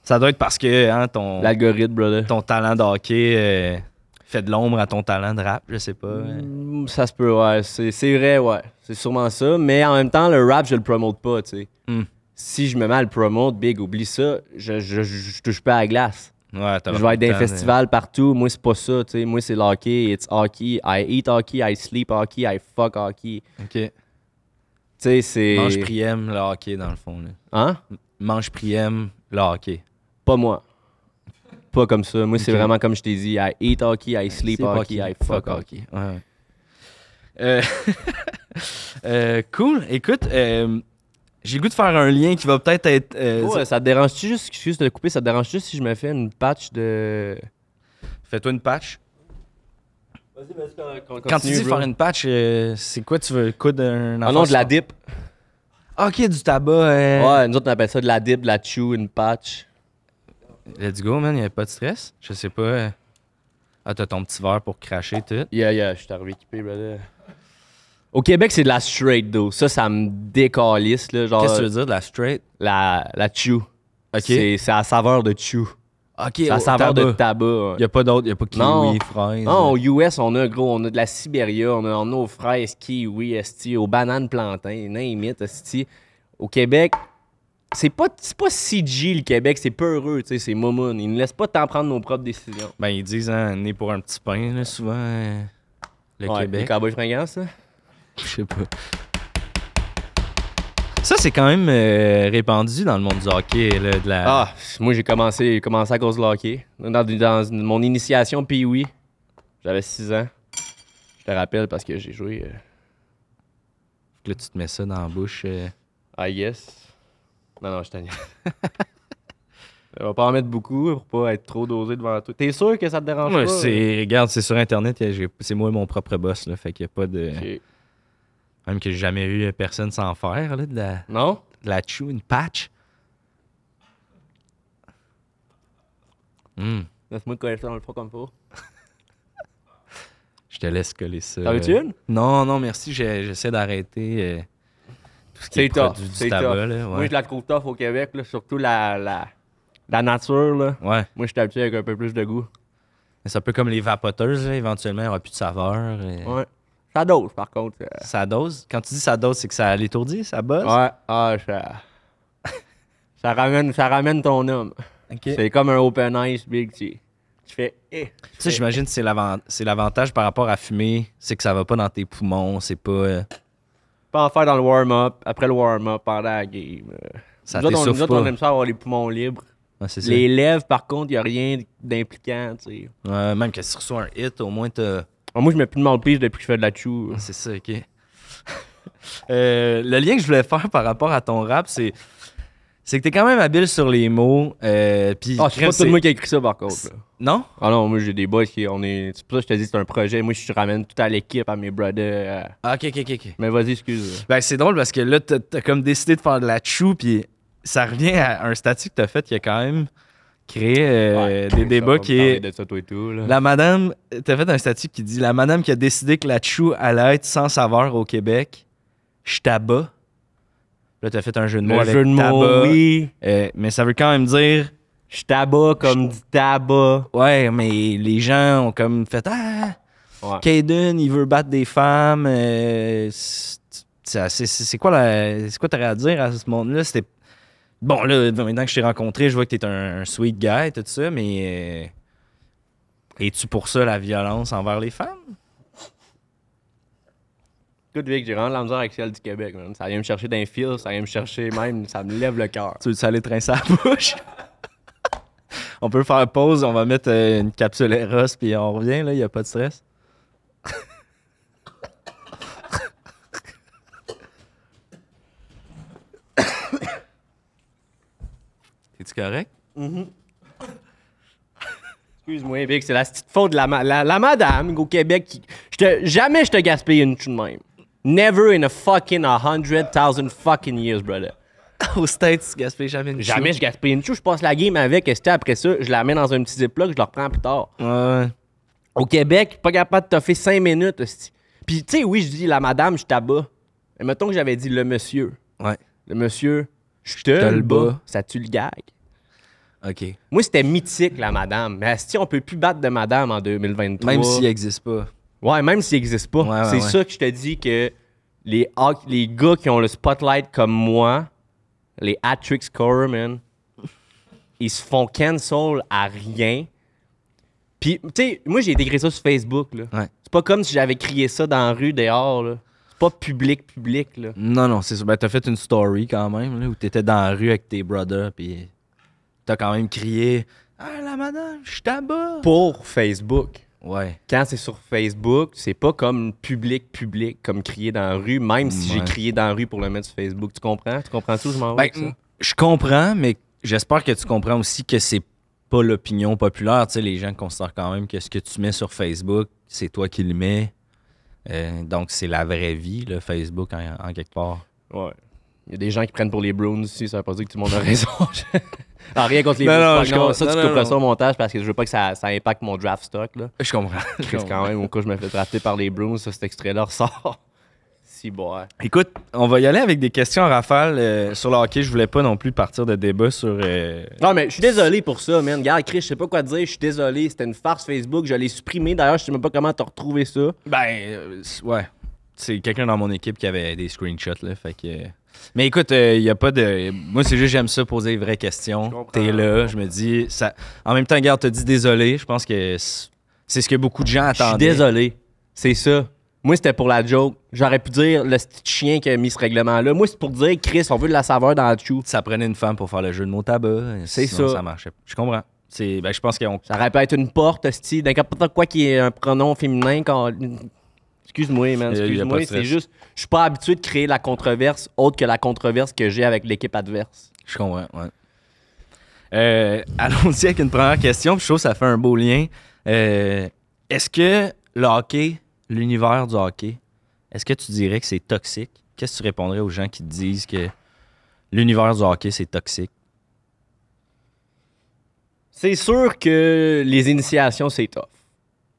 Ça doit être parce que hein, ton,
L'algorithme, brother.
ton talent de hockey euh, fait de l'ombre à ton talent de rap, je sais pas.
Mm, Ça se peut, ouais. C'est c'est vrai, ouais. C'est sûrement ça. Mais en même temps, le rap, je le promote pas, tu sais.
Mm.
Si je me mets à le promote, big, oublie ça. Je, je, je- je touche pas à la glace.
Ouais, t'as
je vais être dans
le
des
temps,
festivals partout. Moi, c'est pas ça, tu sais. Moi, c'est l'hockey. It's hockey. I eat hockey. I sleep hockey. I fuck hockey.
mais- Ok.
Tu sais, c'est.
Mange Priem, le hockey, dans le fond. Là.
Hein?
Mange Priem, le hockey.
Pas moi. Pas comme ça. Moi, c'est
Ok.
vraiment comme je t'ai dit. I eat hockey, I sleep
C'est
hockey, I fuck hockey.
Ouais, ouais. Euh, euh, cool. Écoute, euh, j'ai le goût de faire un lien qui va peut-être être. euh,
Oh, ça te dérange-tu juste, excuse de te couper, ça te dérange-tu si je me fais une patch de.
Fais-toi une patch.
Vas-y, vas-y,
Quand tu dis faire une patch, euh, c'est quoi tu veux le coup d'un
Ah non, de la dip.
Ah, Ok, du tabac. euh,
Ouais, nous autres, on appelle ça de la dip, de la chew, une patch.
Let's go, man. Y'avait pas de stress. Je sais pas. euh. Ah, t'as ton petit verre pour cracher, tout.
Yeah, yeah, je suis arrivé équipé, brother. Au Québec, c'est de la straight, though. Ça, ça me décalisse, là. Genre,
Qu'est-ce que tu veux dire de la straight?
La, la chew.
Ok.
C'est- C'est à saveur de chew.
Ok,
C'est à saveur de tabac. ouais.
Y'a pas d'autre, y'a pas kiwi, euh.
Non.
fraise.
Non, aux US, on a gros, on a de la Sibéria, on a, on a aux fraises, kiwi, esti, aux bananes plantains, name it, esti. Au Québec, c'est pas, c'est pas CG le Québec, c'est peureux, tu sais, c'est momoun. Ils ne laissent pas tant prendre nos propres décisions.
Ben, ils disent, hein, né pour un petit pain, là, souvent. euh, Le
Ouais, Les
Québec.
cowboys fringants, ça?
Je sais pas. Ça, c'est quand même euh, répandu dans le monde du hockey, là, de la.
Ah, moi, j'ai commencé, j'ai commencé à cause de l'hockey. Dans, dans mon initiation, puis oui, j'avais 6 ans. Je te rappelle parce que j'ai joué euh,
Là, tu te mets ça dans la bouche. euh.
à Yes. Non, non, je t'en On va pas en mettre beaucoup pour pas être trop dosé devant toi. T'es sûr que ça te dérange
Ouais,
pas? euh.
c'est, regarde, c'est sur Internet, y a- j'ai- c'est moi mon propre boss, là. Fait qu'il y a pas de.
Ok.
Même que j'ai jamais eu personne sans faire, là, de la,
Non?
de la chew, une patch. Hum,
Laisse-moi te coller ça dans le front comme pour.
je te laisse coller ça.
T'en veux-tu une?
Non, non, merci. j'ai- J'essaie d'arrêter euh, tout ce qui est,
C'est tough.
produit du
C'est
tabac.
tough.
Là, ouais.
Moi, je la trouve tough au Québec, là, surtout la, la, la nature. Là.
Ouais.
Moi, je suis habitué avec un peu plus de goût.
C'est un peu comme les vapoteuses, là, éventuellement, il n'y aura plus de saveur. et-
Ouais. Ça dose, par contre. euh.
Ça dose. Quand tu dis ça dose, c'est que ça l'étourdit, ça bosse.
Ouais, ah, ça. ça, ramène, ça ramène ton homme. C'est comme un open ice, Big T. Tu fais. Eh.
Tu sais, j'imagine que c'est l'avant- c'est l'avantage par rapport à fumer, c'est que ça va pas dans tes poumons, c'est pas. euh,
Pas en faire dans le warm-up, après le warm-up, pendant la game. euh.
Ça
nous autres, on, nous
t'essouffle
autres, on
pas.
aime ça avoir les poumons libres.
Ouais, c'est ça.
Les lèvres, par contre, il a rien d'impliquant. tu sais. Ah,
Ouais, même que si tu reçois un hit, au moins t'as.
Moi, je mets plus de mal pige depuis que je fais de la chou.
C'est ça, ok. Euh, le lien que je voulais faire par rapport à ton rap, c'est. C'est que t'es quand même habile sur les mots. Euh, puis
Ah, c'est pas tout le monde qui a écrit ça, par contre. là.
Non?
Ah non, moi, j'ai des boys qui. On est... C'est pour ça que je te dis, c'est un projet. Moi, je ramène tout à l'équipe, à mes brothers. euh.
Ah, ok, ok, ok, ok.
Mais vas-y, excuse.
Ben, c'est drôle parce que là, t'as t'as comme décidé de faire de la chou, puis ça revient à un statut que t'as fait qui a quand même créé euh, des débats qui est.
De ça, toi et tout, là.
La madame, t'as fait un statut qui dit La madame qui a décidé que la chou allait être sans saveur au Québec, je tabac. Là, t'as fait un jeu de mots
Le
avec
jeu de mots,
tabac.
oui.
Euh, mais ça veut quand même dire
Je tabac comme du tabac.
Ouais, mais les gens ont comme fait Ah,
Ouais.
Caden, il veut battre des femmes. euh, c'est- c'est c'est- c'est quoi la- c'est quoi t'aurais à dire à ce monde-là? C'était. Bon, là, maintenant que je t'ai rencontré, je vois que t'es un, un sweet guy, tout ça, mais. euh, Es-tu pour ça la violence envers les femmes?
Écoute, Vic, j'ai vraiment de la misère avec celle du Québec, man. Ça vient me chercher d'un fil, ça vient me chercher même, ça me lève le cœur.
Tu veux aller trincer à la bouche? on peut faire pause, on va mettre euh, une capsule Eros, puis on revient, là, il a pas de stress. T'es-tu correct?
Excuse-moi, Vic, c'est la petite faute de la, ma- la, la madame au Québec qui. Je te- jamais je te gaspille une chou de même. Never in a fucking a hundred thousand fucking years, brother.
Au States, tu gaspilles jamais une
Jamais je gaspille une chou, je passe la game avec, et c'était après ça, je la mets dans un petit ziploc, je la reprends plus tard.
Ouais.
Au Québec, pas capable de toffer 5 minutes. hostie. Puis, tu sais, oui, je dis la madame, je tabac. Mais mettons que j'avais dit le monsieur.
Ouais.
Le monsieur, je te
le
le
bats.
bas, ça tue le gag.
OK.
Moi, c'était mythique, la madame. Mais si on peut plus battre de madame en 2023.
Même s'il n'existe pas.
Ouais, même s'il n'existe pas.
Ouais, ouais,
c'est
ouais.
ça que je te dis que les, hoc- les gars qui ont le spotlight comme moi, les hat-trick scorers, man, ils se font cancel à rien. Puis, tu sais, moi, j'ai écrit ça sur Facebook, là.
Ouais.
C'est pas comme si j'avais crié ça dans la rue dehors, là. C'est pas public, public, là.
Non, non, c'est ça. Ben, t'as fait une story quand même, là, où t'étais dans la rue avec tes brothers, puis t'as quand même crié Ah, la madame, je suis bas.
Pour Facebook.
Ouais.
Quand c'est sur Facebook, c'est pas comme public, public, comme crier dans la rue, même si j'ai
Ouais.
crié dans la rue pour le mettre sur Facebook. Tu comprends? Tu comprends tout? Je m'en vais
Ben,
avec ça.
je comprends, mais j'espère que tu comprends aussi que c'est pas l'opinion populaire. Tu sais, les gens considèrent quand même que ce que tu mets sur Facebook, c'est toi qui le mets. Euh, donc, c'est la vraie vie, le Facebook, en, en quelque part.
Ouais. Il y a des gens qui prennent pour les Browns aussi, ça veut pas dire que tout le monde a raison. Ah, rien contre les
Non,
Browns.
non,
par
je
contre.
comprends.
ça, tu
Non, non,
couperas
non.
ça au montage parce que je veux pas que ça, ça impacte mon draft stock. Là.
Je comprends.
Chris, quand même, au cas où je me fais drafter par les Browns, ça, cet extrait-là ressort. si, bon. ouais.
Écoute, on va y aller avec des questions en rafale euh, sur le hockey. Je voulais pas non plus partir de débat sur. euh,
Non, mais je suis désolé pour ça, man. Regarde, Chris, je sais pas quoi te dire. Je suis désolé. C'était une farce Facebook. Je l'ai supprimé. D'ailleurs, je sais même pas comment t'as retrouvé ça.
Ben, euh, c- ouais. C'est quelqu'un dans mon équipe qui avait des screenshots, là. Fait que. Mais écoute, il n'y a pas de. Moi, c'est juste, j'aime ça poser les vraies questions.
comprends,
T'es là, je me dis. Ça... En même temps, regarde, t'as dit désolé. Je pense que c- c'est ce que beaucoup de gens
Je suis
attendaient.
désolé. C'est ça. Moi, c'était pour la joke. J'aurais pu dire le petit chien qui a mis ce règlement-là. Moi, c'est pour dire, Chris, on veut de la saveur dans le chou.
Ça prenait une femme pour faire le jeu de mots tabac. et
C'est
sinon,
ça.
Ça marchait. pas. Je comprends. C'est... Ben, je pense qu'on.
Ça aurait pu être une porte, style, n'importe quoi qui est un pronom féminin. Quand... Excuse-moi, man.
Il y a- il y a pas de
Excuse-moi.
stress.
C'est juste, je suis pas habitué de créer la controverse autre que la controverse que j'ai avec l'équipe adverse.
Je comprends, ouais. Euh, Allons-y avec une première question. puis Je trouve que ça fait un beau lien. Euh, est-ce que le hockey, l'univers du hockey, est-ce que tu dirais que c'est toxique? Qu'est-ce que tu répondrais aux gens qui te disent que l'univers du hockey, c'est toxique?
C'est sûr que les initiations, c'est tough.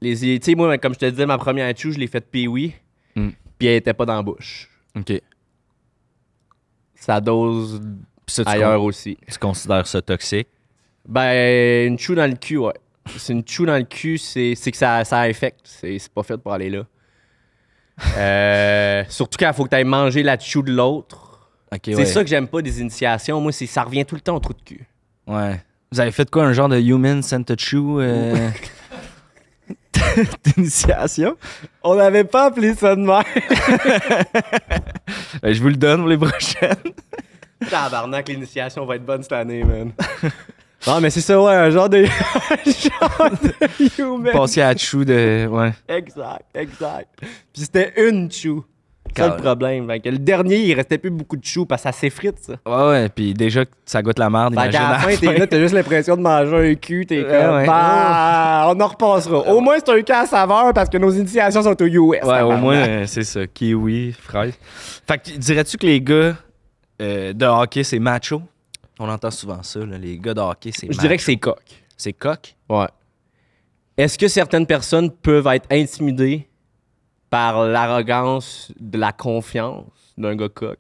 Les, tu sais, moi, comme je te disais, ma première chou, je l'ai faite pee-wee,
Mm.
puis elle était pas dans la bouche.
OK. Puis
Ça dose
ça, tu,
ailleurs aussi.
con- tu considères ça toxique?
Ben, une chou dans le cul, ouais. C'est une chou dans le cul, c'est c'est que ça, ça infecte. C'est c'est pas fait pour aller là. Euh, surtout quand il faut que tu ailles manger la chou de l'autre.
OK,
C'est ça que j'aime pas des initiations. Moi, c'est ça revient tout le temps au trou de cul.
Ouais. Vous avez fait quoi, un genre de human centachou euh, d'initiation?
On n'avait pas appelé ça de même.
Ben, je vous le donne pour les prochaines.
Tabarnak, l'initiation va être bonne cette année, man. non, mais c'est ça, ouais, un genre de. un genre de human.
Passer à chou de... Ouais.
Exact, exact. Puis c'était une chou. C'est ça
Car-
le problème. Fait que le dernier, il restait plus beaucoup de chou parce que ça s'effrite, ça.
Ouais, ouais, puis déjà que ça goûte la merde,
Fait
imagine.
qu'à la fin, t'es là, t'as juste l'impression de manger un cul, t'es
Ouais,
comme,
ouais.
bah, on en repassera. Au moins, c'est un cas à saveur parce que nos initiations sont au US.
Ouais, au
apparemment.
moins, euh, c'est ça. Kiwi, fraise. Fait que dirais-tu que les gars euh, de hockey, c'est macho? On entend souvent ça, là, les gars de hockey, c'est
Je dirais
macho.
que c'est coq.
C'est coq?
Ouais. Est-ce que certaines personnes peuvent être intimidées par l'arrogance de la confiance d'un gars coq?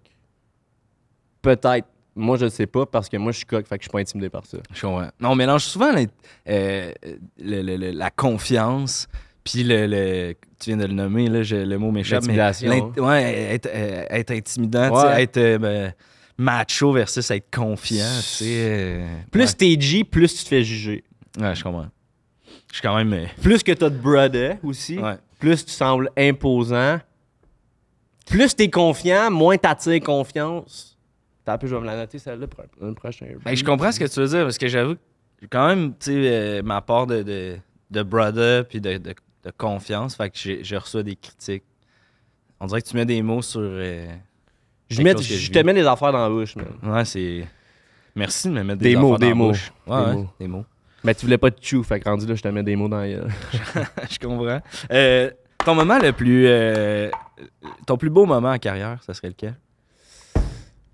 Peut-être. Moi, je ne sais pas parce que moi, je suis coq, fait que je suis pas intimidé par ça.
Je comprends. Non, on mélange souvent les- euh, le- le- le- la confiance, puis le, le- Tu viens de le nommer, là, je- le mot m'échappe. mais
L'intimidation.
l'int- Ouais, être, euh, être intimidant, tu sais,
Ouais.
être euh, ben, macho versus être confiant, tu sais. euh,
Plus t'es G, plus tu te fais juger.
Ouais, ouais, je comprends. Je suis quand même... euh,
Plus que t'as de brother aussi.
ouais.
plus tu sembles imposant, plus t'es confiant, moins t'attires confiance. T'as un peu, je vais me la noter celle-là pour un, un prochain.
Ben, je comprends ce que tu veux dire parce que j'avoue que j'ai quand même tu sais, euh, ma part de, de, de brother puis de, de- de confiance. Fait que j'ai- je reçois des critiques. On dirait que tu mets des mots sur. euh,
Je,
quelque
mets-
chose que
je
je
te
vis.
mets des affaires dans la bouche, man.
Ouais, c'est. Merci de me mettre des,
Des mots,
affaires dans
des
la
mots.
bouche. Ouais,
Des
ouais,
mots.
des mots.
Mais tu voulais pas de chou, fait que rendu là, je te mets des mots dans la gueule.
je comprends. Euh, ton moment le plus. euh, ton plus beau moment en carrière, ça serait lequel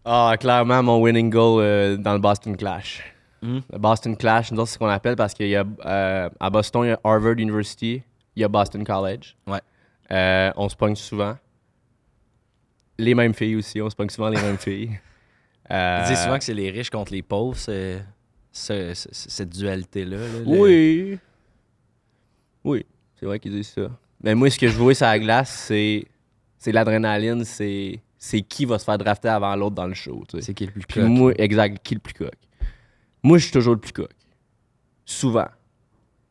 Ah, clairement, mon winning goal euh, dans le Boston Clash.
Hmm.
Le Boston Clash, nous autres, c'est ce qu'on appelle parce qu'il y a euh, à Boston, il y a Harvard University, il y a Boston College.
Ouais.
Euh, on se pogne souvent. Les mêmes filles aussi, on se pogne souvent les mêmes filles. Euh,
Ils disent souvent que c'est les riches contre les pauvres, ce- ce- ce- cette dualité-là. là, le-
Oui. Oui, c'est vrai qu'ils disent ça. Mais moi, ce que je vois sur la glace, c'est, c'est l'adrénaline, c'est, c'est qui va se faire drafter avant l'autre dans le show. tu sais.
C'est qui le plus
Puis
coq?
moi, exact, qui est le plus coq? Moi, je suis toujours le plus coq. Souvent.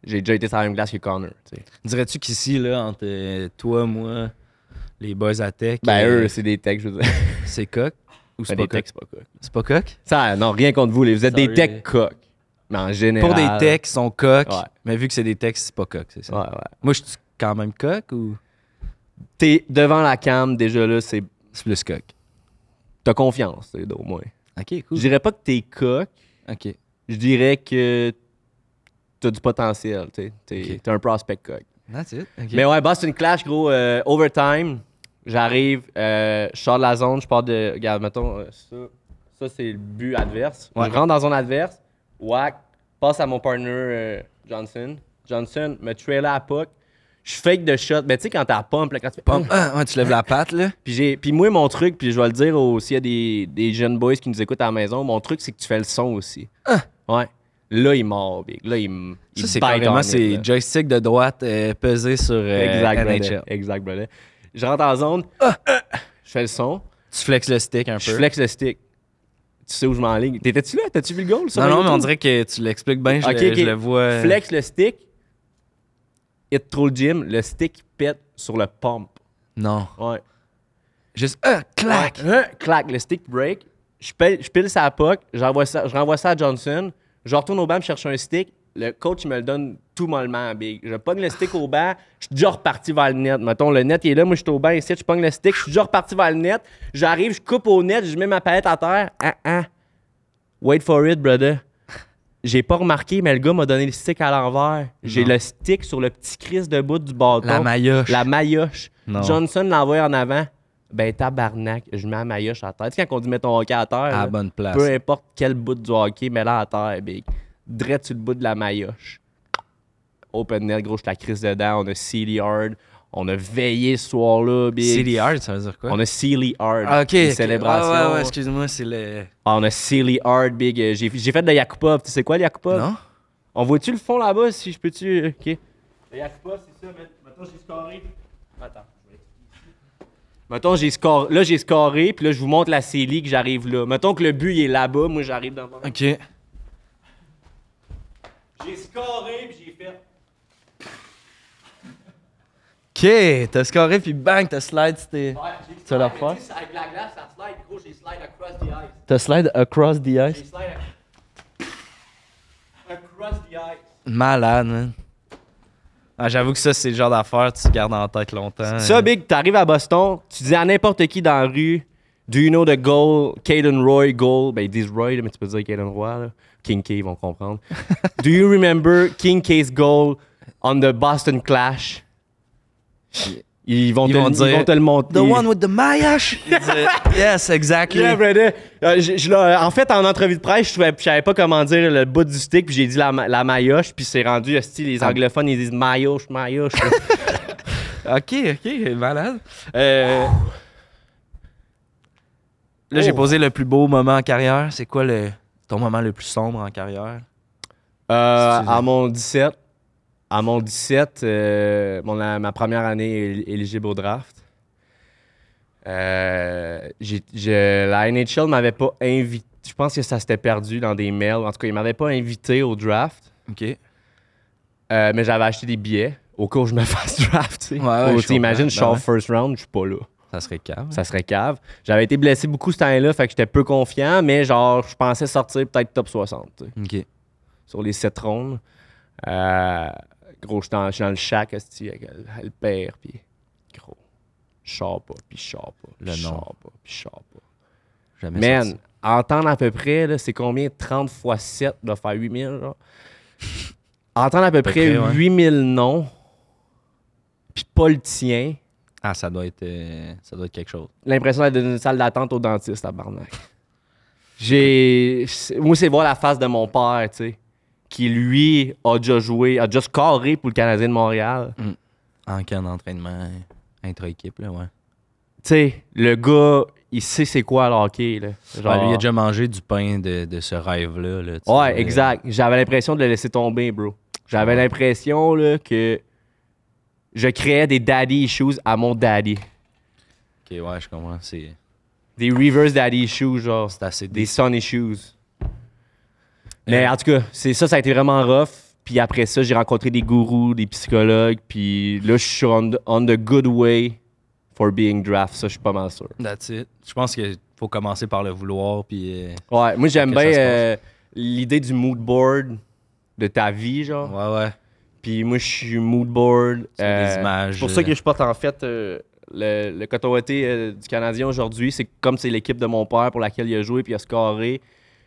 J'ai déjà été sur la même glace que Connor. tu sais.
Dirais-tu qu'ici, là, entre euh, toi, moi, Les boys à tech.
Ben,
euh,
eux, c'est des techs, je veux dire.
c'est coq ou c'est pas
Ben, des
coq?
techs, c'est pas cool.
C'est pas coq?
Ça, non, rien contre vous, les- vous êtes des
Sorry.
techs coques. Mais en général.
Pour des techs, ils sont coq,
Ouais.
mais vu que c'est des techs, c'est pas coq, c'est ça.
Ouais, ouais.
Moi, je suis quand même coq ou
T'es devant la cam, déjà là, c'est.
c'est plus coq?
T'as confiance, t'sais, au moins.
OK, cool.
Je dirais pas que t'es coq,
OK.
je dirais que t'as du potentiel, tu T'es
Ok.
t'es un prospect coq.
That's it. OK.
Mais ouais, Boston Clash, gros, euh, overtime. J'arrive, euh, je sors de la zone, je pars de. Regarde, mettons, euh, ça, ça c'est le but adverse.
Ouais.
Je rentre dans la zone adverse, whack, passe à mon partner euh, Johnson. Johnson me trailer à puck. Je fake de shot. Mais tu sais, quand t'as la pompe, là, quand tu fais.
Pom- Ah, ouais, tu lèves la patte, là.
Puis, j'ai, puis moi, mon truc, puis je vais le dire au- s'il y a des, des jeunes boys qui nous écoutent à la maison, mon truc, c'est que tu fais le son aussi. Ouais. Là, il mord, big. Là, il m- il
Ah. Ça, c'est
bite on
carrément
it, là.
c'est joystick de droite euh, pesé sur euh,
Exact,
NHL.
brother. Exact, brother. Je rentre en zone, Ah, je fais le son,
Tu flexes le stick un peu.
je flex le stick. Tu sais où je m'enligne. T'étais-tu là? T'as-tu vu le goal? sur
Non,
le
non, mais on
YouTube?
dirait que tu l'expliques bien, je,
Ok,
le,
ok.
je le vois.
Flex le stick, hit trop le gym, le stick pète sur le pump.
Non.
Ouais.
Juste, ah, clac!
Ouais. Hein? Clac, le stick break. Je pile, je pile ça à puck, j'envoie ça, je renvoie ça à Johnson. Je retourne au banc, me chercher un stick. Le coach il me le donne tout mollement, big. Je pogne le stick au banc, je suis déjà reparti vers le net. Mettons, le net il est là, moi je suis au banc ici, je pogne le stick, je suis déjà reparti vers le net. J'arrive, je coupe au net, je mets ma palette à terre. Ah, ah. Wait for it, brother. J'ai pas remarqué, mais le gars m'a donné le stick à l'envers. J'ai
Non.
le stick sur le petit cris de bout du bâton.
La maillotche.
La maillotche.
Non.
Johnson l'envoie en avant. Ben, tabarnak, je mets la maillotche à terre. Tu sais, quand on dit mets ton hockey à terre,
à la
là,
bonne place.
peu importe quel bout du hockey, mets-la à terre, big. Drette sur le bout de la maillotche. Open net, gros, je la crise dedans. On a Sealy Hard. On a veillé ce soir-là, big.
CDR, ça veut dire quoi?
On a Sealy Hard.
Ah, ok.
Une
ok.
célébration.
Ah, ouais, ouais, excuse-moi, c'est le.
Ah, on a Sealy Hard, big. Euh, J'ai j'ai fait de la Yakupov. Tu sais quoi, le Yakupov?
Non?
On voit-tu le fond là-bas, si je peux-tu... OK. Le Yakupov, c'est ça. mais- Mettons, j'ai scoré. Attends. je vais expliquer. Mettons, j'ai scoré. Là, j'ai scoré, puis là, je vous montre la Sealy que j'arrive là. Mettons que le but, il est là-bas. Moi, j'arrive dans mon...
Ok.
J'ai scoré, puis j'ai fait...
Ok, t'as scoré, puis bang, t'as slide, c'était.
Ouais, j'ai
vas la refaire?
scoré, mais tu sais, Avec la glace, ça slide. Gros, j'ai slide across the ice.
T'as slide across the
J'ai
ice.
slide... ac- Across the ice.
Malade, man. Ah, J'avoue que ça, c'est le genre d'affaire que tu gardes en tête longtemps.
Ça, Big, t'arrives à Boston, tu dis à n'importe qui dans la rue, Do you know the goal, Caden Roy goal? Ben, ils disent Roy, là, mais tu peux dire Caden Roy, là. King K, ils vont comprendre. Do you remember King K's goal on the Boston Clash? Ils vont,
Ils
te,
vont
ils
dire,
vont te le monter.
The one with the maillage! yes, exactly.
Yeah, brother. Euh, je- je l'ai- en fait, en entrevue de presse, je trouvais- je savais pas comment dire le bout du stick, puis j'ai dit la, ma- la maillotche, puis c'est rendu, hostie, les
Ah.
anglophones, ils disent maillotche, maillotche.
Ok, ok, malade. Euh, Là, j'ai
Oh.
posé le plus beau moment en carrière. C'est quoi le ton moment le plus sombre en carrière?
Euh,
Excusez.
à mon 17, à mon 17, euh, mon- la- ma première année éli- éligible au draft, euh, j'ai- je- la NHL m'avait pas invité. Je pense que ça s'était perdu dans des mails. En tout cas, ils m'avaient pas invité au draft,
Ok. Ouais,
euh, mais j'avais acheté des billets au cas où je me fasse draft. tu sais.
Ouais, ouais,
Ou,
je
tu sais, imagine,
comprends.
je sors
Ben ouais.
first round, je suis pas là.
Ça serait calme.
Ça serait cave. J'avais été blessé beaucoup ce temps-là, fait que j'étais peu confiant, mais genre, je pensais sortir peut-être top 60. tu sais.
Ok.
sur les sept rondes. Euh, gros, je suis dans, je suis dans le shack, esti, avec le, le père, puis gros, je sors pas, puis je sors pas, puis
Le
je
nom.
sors pas, puis je sors pas.
Jamais
Man,
sorti.
entendre à peu près, là, c'est combien? 30 fois 7, doit faire 8000, genre. Entendre à peu près,
près, ouais.
8000 noms, puis pas le tien,
Ah, ça doit être euh, ça doit être quelque chose.
l'impression d'être dans une salle d'attente au dentiste, tabarnak. J'ai. c'est- Moi, c'est voir la face de mon père, tu sais, qui lui a déjà joué, a déjà scoré pour le Canadien de Montréal.
Mm. En camp d'entraînement intra-équipe, là, ouais.
Tu sais, le gars, il sait c'est quoi le hockey, là. Genre,
Ouais, lui, il a déjà mangé du pain de, de ce rêve-là. là, tu
Ah. Ouais,
sais.
exact. J'avais l'impression de le laisser tomber, bro. J'avais l'impression, là, que je créais des daddy issues à mon daddy.
Ok, ouais, je comprends. C'est
Des reverse daddy issues, genre.
c'est assez
des sun issues. Mais en tout cas, c'est ça, ça a été vraiment rough. Puis après ça, j'ai rencontré des gourous, des psychologues. Puis là, je suis on the, on the good way for being draft. Ça, je suis pas mal sûr.
That's it. Je pense qu'il faut commencer par le vouloir, puis... euh,
Ouais, moi, j'aime
Que ça
bien
se passe.
euh, l'idée du mood board de ta vie, genre.
Ouais, ouais.
Puis moi, je suis mood board.
C'est des images,
C'est pour ça
euh,
que je porte en fait euh, le, le coton ouaté, euh, du Canadien aujourd'hui. C'est comme c'est l'équipe de mon père pour laquelle il a joué puis il a scoré.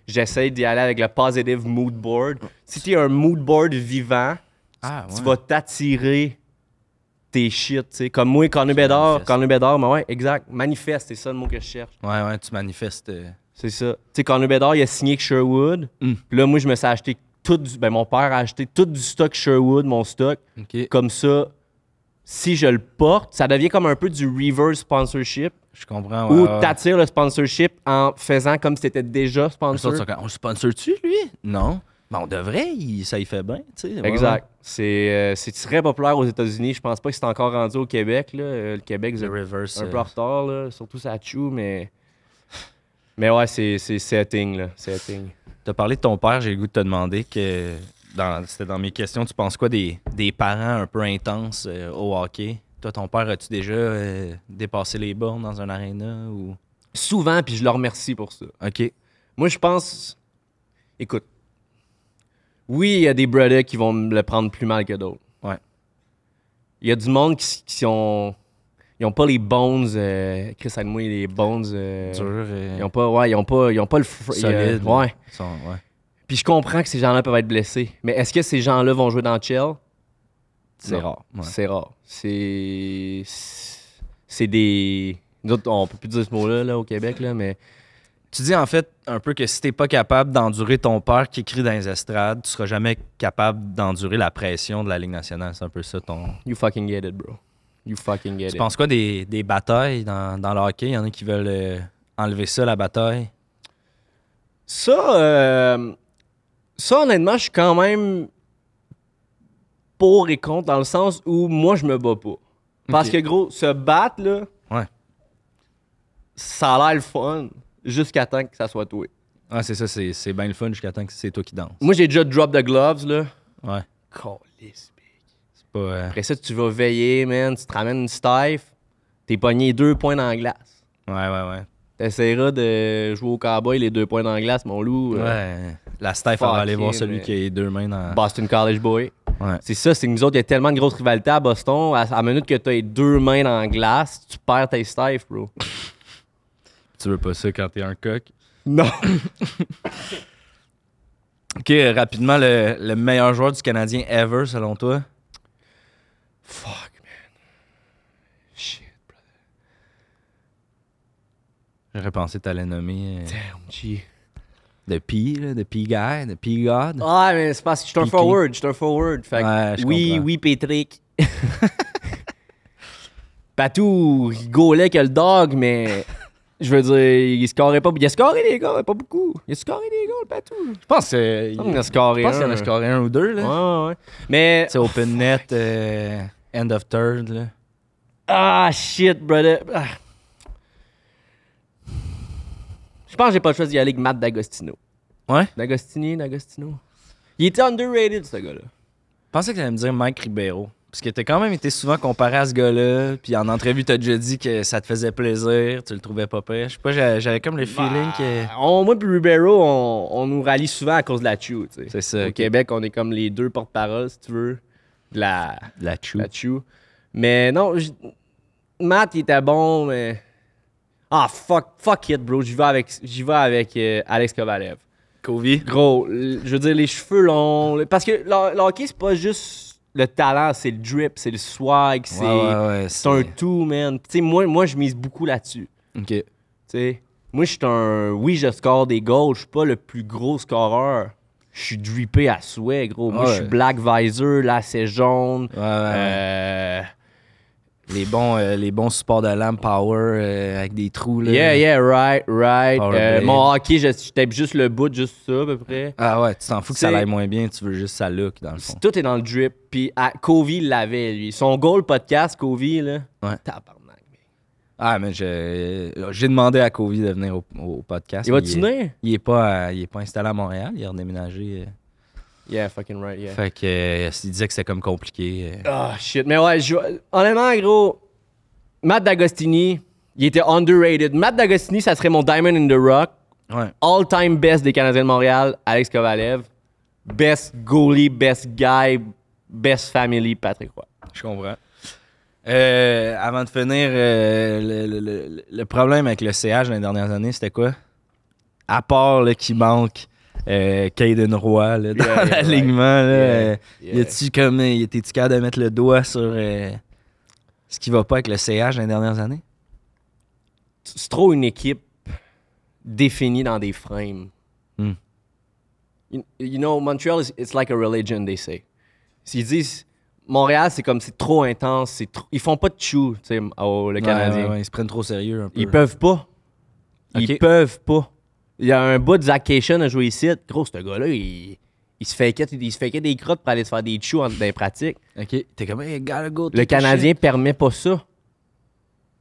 J'essaie d'y aller avec le positive mood board. Si tu es un mood board vivant,
Ah,
tu
ouais.
vas t'attirer tes shit, tu sais. Comme moi, Connor Bédard,
manifestes.
Connor Bédard, mais ouais, exact. Manifeste, c'est ça le mot que je cherche.
Ouais, ouais, tu manifestes. euh,
C'est ça. Tu sais, Connor Bedard, il a signé avec Sherwood.
Mm.
Puis là, moi, je me suis acheté tout du. Ben, mon père a acheté tout du stock Sherwood, mon stock.
OK.
Comme ça, si je le porte, ça devient comme un peu du reverse sponsorship
Je comprends, ouais.
où
ouais.
t'attires le sponsorship en faisant comme si t'étais déjà
Eux
sponsor.
autres sont comme, on le sponsor-tu, lui? Non. Mais on devrait, il- ça y fait bien, tu sais. ouais,
Exact. C'est euh, c'est très populaire aux États-Unis. Je pense pas que c'est encore rendu au Québec. Là. Euh, Le Québec,
ouais.
c'est
The reverse.
un
euh,
peu en retard, là. surtout ça tchoue, mais. Mais ouais, c'est c'est setting, là. Setting.
T'as parlé de ton père, j'ai le goût de te demander que dans, c'était dans mes questions, tu penses quoi des, des parents un peu intenses euh, au hockey? Toi, ton père, as-tu déjà euh, dépassé les bornes dans un aréna ou.
Souvent, puis je leur remercie pour ça.
OK.
Moi, je pense. Écoute. Oui, il y a des brothers qui vont me le prendre plus mal que d'autres.
Ouais.
Il y a du monde qui, s- qui ont. Ils ont pas les bones. euh, Chris aide moi les bones. euh,
Dur. euh,
ils ont pas. Ouais, ils ont pas. Ils ont pas le. fr- euh,
solide.
ouais.
ils sont- ouais.
Puis je comprends que ces gens-là peuvent être blessés. Mais est-ce que ces gens-là vont jouer dans le Chell? C'est
Non.
rare.
Ouais.
C'est rare. C'est. C'est des. Nous autres, on peut plus dire ce mot-là là, au Québec, là, mais.
Tu dis en fait un peu que si t'es pas capable d'endurer ton père qui crie dans les estrades, tu seras jamais capable d'endurer la pression de la Ligue nationale. C'est un peu ça ton.
You fucking get it, bro. You fucking get
Tu
it.
penses quoi des, des batailles dans, dans le hockey? Il y en a qui veulent euh, enlever ça, la bataille.
Ça, euh, ça, honnêtement, je suis quand même pour et contre dans le sens où moi, je me bats pas. Parce
Ok.
que, gros, se battre, là,
Ouais.
ça a l'air le fun jusqu'à temps que ça soit toi.
Ah, c'est ça, c'est, c'est bien le fun jusqu'à temps que c'est toi qui danses.
Moi, j'ai déjà drop the gloves, là.
Ouais.
Calisse, big.
C'est pas. euh,
Après ça, tu vas veiller, man, tu te ramènes une stife, t'es pogné deux points dans la glace.
Ouais, ouais, ouais.
T'essaieras de jouer au cowboy les deux points dans la glace, mon loup. euh,
Ouais. La Steph, on va aller
Fucké,
voir celui
mais-
qui a les deux mains dans.
Boston College Boy.
Ouais.
C'est ça, c'est que nous autres, il y a tellement de grosses rivalités à Boston. À, à la minute que tu as les deux mains dans la glace, tu perds tes stiffs, bro.
Tu veux pas ça quand t'es un coq?
Non.
Ok, euh, rapidement, le, le meilleur joueur du Canadien ever, selon toi?
Fuck, man. Shit,
J'aurais pensé que t'allais nommer. euh,
damn, G.
The P, là, The P Guy, The P God.
Ah, mais c'est parce que je suis un
Piqué.
forward. Je suis un forward. Fait que
Ouais, je
oui,
comprends.
oui, Patrick. Patou, il gaulait que le dog, mais je veux dire, il scorait pas. Il a scoré, les gars, pas beaucoup. Il a scoré des gars, le Patou.
Je pense qu'il
Il en a scoré. un.
scoré un ou deux.
Ouais, ouais, ouais. Mais.
C'est open net, euh, end of third. Là.
Ah, shit, brother. Ah. Je pense que j'ai pas le choix d'y aller avec Matt D'Agostino.
Ouais.
D'Agostini, D'Agostino. Il était underrated, ce gars-là.
Je pensais que t'allais me dire Mike Ribeiro. Parce que t'as quand même été souvent comparé à ce gars-là. Puis en entrevue, t'as déjà dit que ça te faisait plaisir. Tu le trouvais pas pire. Je sais pas, j'avais j'avais
Bah,
comme le feeling que.
On, moi et Ribeiro, on, on nous rallie souvent à cause de la chew. tu sais.
C'est ça,
Au
ok.
Québec, on est comme les deux porte-parole, si tu veux, de la,
La chou.
la chew. Mais non, j- Matt, il était bon, mais. Ah, fuck, fuck it, bro. J'y vais avec, j'y vais avec euh, Alex Kovalev.
Covey.
Gros, l- je veux dire, les cheveux longs. le- Parce que le, le hockey, c'est pas juste le talent, c'est le drip, c'est le swag, c'est
Ouais, ouais, ouais,
c'est un tout, man. Tu sais, moi, moi je mise beaucoup là-dessus.
Ok.
Tu sais, moi, je suis un. Oui, je score des goals, je suis pas le plus gros scoreur. Je suis drippé à souhait, gros. Moi, je suis
Ouais.
black visor, là, c'est jaune.
Ouais, ouais, Ah ouais.
Euh,
Les, bons, euh, les bons supports de lampe power euh, avec des trous. Là.
Yeah, yeah, right, right.
Power
Euh,
play.
mon hockey, je, je tape juste le bout, juste ça, à peu près.
Ah ouais, tu t'en fous que ça
C'est-
aille moins bien. Tu veux juste ça look, dans le fond.
Si tout est dans le drip, puis à, Covey l'avait, lui. Son goal podcast, Covey, là.
Ouais.
Tabarnak. mec.
Ah, mais je- euh, j'ai demandé à Covey de venir au, au podcast.
Il
mais
va-tu
est-
venir?
Il est, pas, à- il est pas installé à Montréal, il a redéménagé. euh.
Yeah, fucking right, yeah.
Fait que euh, il disait que c'était comme compliqué. euh.
Ah, shit. Mais ouais, je- honnêtement, gros, Matt D'Agostini, il était underrated. Matt D'Agostini, ça serait mon Diamond in the Rock.
Ouais.
All-time best des Canadiens de Montréal, Alex Kovalev. Best goalie, best guy, best family, Patrick Roy.
Je comprends. Euh, avant de finir, euh, le, le- le- le problème avec le CH dans les dernières années, c'était quoi? À part là, qui manque euh, Caden Roy là, dans
Yeah, yeah,
l'alignement, là, euh,
yeah.
y a-tu comme. euh, Y tu capable de mettre le doigt sur euh, ce qui va pas avec le CH dans les dernières années?
C'est trop une équipe définie dans des frames.
Hmm.
You, you know, Montreal, is, it's like a religion, they say. S'ils disent, Montréal, c'est comme, c'est trop intense, c'est trop- ils font pas de chou, tu sais, au- le Canadien.
Ouais, ouais, ouais, ils se prennent trop sérieux un peu.
Ils peuvent pas. Ils
Ok.
peuvent pas. Il y a un bout de Zach Cation à jouer ici. Gros, ce gars-là, il, il se fakeait il se fakeait des crottes pour aller se faire des choux en des pratiques.
Ok. T'es comme, hey, gotta go.
Le
take a
Canadien
shit.
permet pas ça.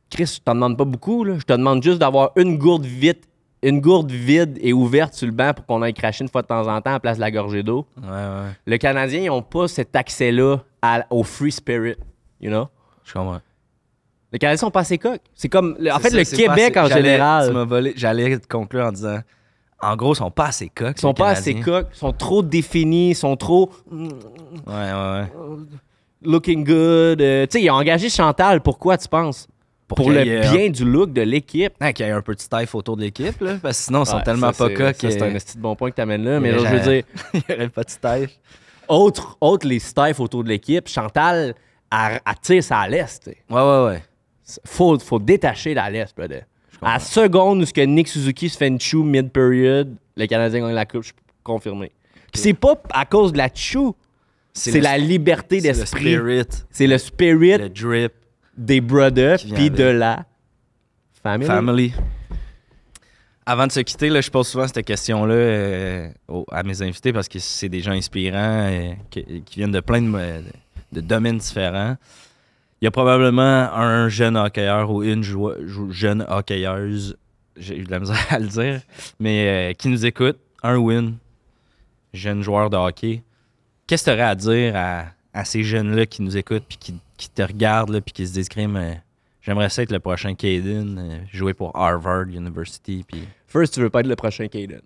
Chris, je t'en demande pas beaucoup. Là. Je te demande juste d'avoir une gourde vite, une gourde vide et ouverte sur le banc pour qu'on aille cracher une fois de temps en temps à place de la gorgée d'eau.
Ouais, ouais.
Le Canadien, ils ont pas cet accès-là à- au free spirit, you know?
Je comprends.
Le Canadien sont pas assez coques. C'est comme, le- en
C'est
fait,
ça,
le
c'est
Québec
pas
en
assez- j'allais-
général.
tu m'as volé- J'allais te conclure en disant, en gros, ils sont pas assez coques.
Ils sont pas assez coques, ils sont trop définis, ils sont trop
Ouais, ouais, ouais.
looking good. euh, tu sais, ils ont engagé Chantal, pourquoi tu penses? Pour,
qu'il
le
y ait un-
bien du look de l'équipe.
Ouais, qu'il y ait un peu de style autour de l'équipe, là. Parce que sinon, ils sont
Ouais,
tellement pas
ça, c'est-
coques.
ça, C'est un
euh,
esti de bon point que tu amènes là, mais
les
genre, je
gens-
veux dire,
Il y aurait pas de style.
autre, autre les staffs autour de l'équipe, Chantal, elle, elle tire ça à l'est. tu sais.
Ouais, ouais, ouais.
Faut, faut détacher la l'est, brother. À la seconde où ce que Nick Suzuki se fait une chou mid-period, le Canadien gagne la coupe, je suis confirmé. Puis c'est pas à cause de la chou, c'est
le-
la liberté
c'est le
d'esprit.
spirit,
C'est le spirit
le drip,
des brothers
Qui vient
puis
avec.
de la famille.
family. Avant de se quitter, là, je pose souvent cette question-là euh, aux- à mes invités parce que c'est des gens inspirants euh, qui, qui viennent de plein de, de domaines différents. Il y a probablement un jeune hockeyeur ou une joue- jou- jeune hockeyeuse, j'ai eu de la misère à le dire, mais euh, qui nous écoute, un ou une jeune joueur de hockey. Qu'est-ce que tu aurais à dire à, à ces jeunes-là qui nous écoutent puis qui, qui te regardent là, puis qui se disent Crime, euh, J'aimerais ça être le prochain Caden, euh, jouer pour Harvard University. Puis...
First, tu veux pas être le prochain Caden.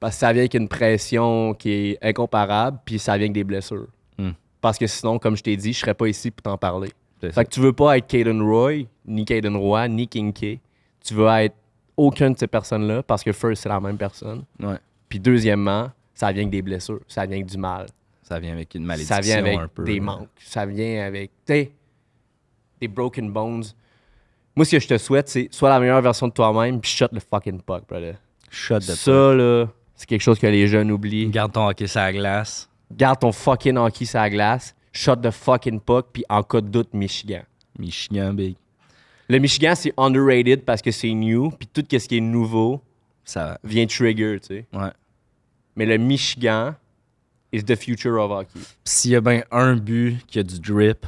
Parce que ça vient avec une pression qui est incomparable, puis ça vient avec des blessures.
Hmm.
Parce que sinon, comme je t'ai dit, je serais pas ici pour t'en parler.
C'est ça.
Fait que tu veux pas être Caden Roy, ni Caden Roy, ni King K. Tu veux être aucune de ces personnes-là, parce que first, c'est la même personne.
Ouais.
Puis deuxièmement, ça vient avec des blessures, ça vient avec du mal.
Ça vient avec une malédiction
ça vient avec
Ah, un peu.
des
là.
manques, ça vient avec tu sais, des broken bones. Moi, ce que je te souhaite, c'est sois la meilleure version de toi-même, puis shut le fucking puck, brother.
Shot de ça.
Ça, là, c'est quelque chose que les jeunes oublient.
Garde ton hockey sur la glace.
Garde ton fucking hockey sur la glace, shut the fucking puck, puis en cas de doute, Michigan.
Michigan Big.
Le Michigan, c'est underrated parce que c'est new, puis tout ce qui est nouveau
Ça
vient trigger, tu sais.
va. Ouais.
Mais le Michigan is the future of hockey.
Pis S'il y a bien un but qui a du drip,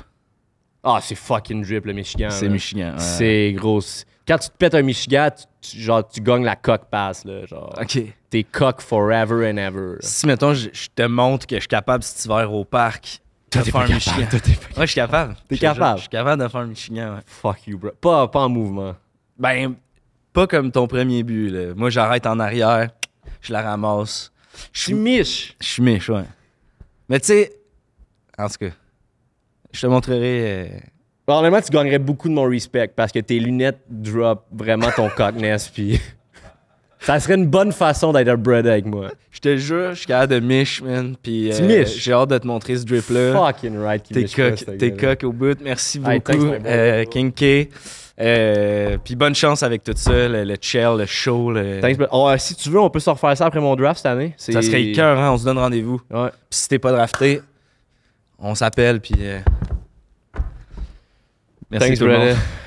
Ah, c'est fucking drip, le Michigan.
c'est
là.
Michigan. Ah ouais.
C'est gros. Quand tu te pètes un Michigan, tu, tu- genre, tu gagnes la coque passe, là. Genre,
OK.
t'es coque forever and ever. là.
Si, mettons, je, je te montre que je suis capable cet hiver au parc de faire un Michigan. Ouais, je suis capable.
T'es
Je te jure,
capable.
Je suis capable de faire un Michigan, ouais.
Fuck you, bro. Pas, pas en mouvement.
Ben, pas comme ton premier but, là. Moi, j'arrête en arrière, je la ramasse. Je
Tu
suis
miches.
Je suis méchant. ouais. Mais tu sais, en tout cas, je te montrerai. euh,
Probablement, tu gagnerais beaucoup de mon respect parce que tes lunettes drop vraiment ton cockness, puis. Ça serait une bonne façon d'être un bread avec moi.
je te jure, je suis capable de miche, man. Puis,
Tu
euh,
miches?
J'ai hâte de te montrer ce drip-là.
Fucking right, qui
T'es
miche pas,
coq,
ce
t'es
gars-là.
coq au bout. Merci beaucoup,
Hey, thanks, my boy.
euh, King K. Euh, puis bonne chance avec tout ça, le, le chill, le show. le-
Thanks, bro. Oh, si tu veux, on peut se refaire ça après mon draft cette année. C'est-
Ça serait cœur, on se donne rendez-vous. Puis
Ouais.
si t'es pas drafté, on s'appelle, puis. euh, Merci
Thanks,
tout le
brother.
monde.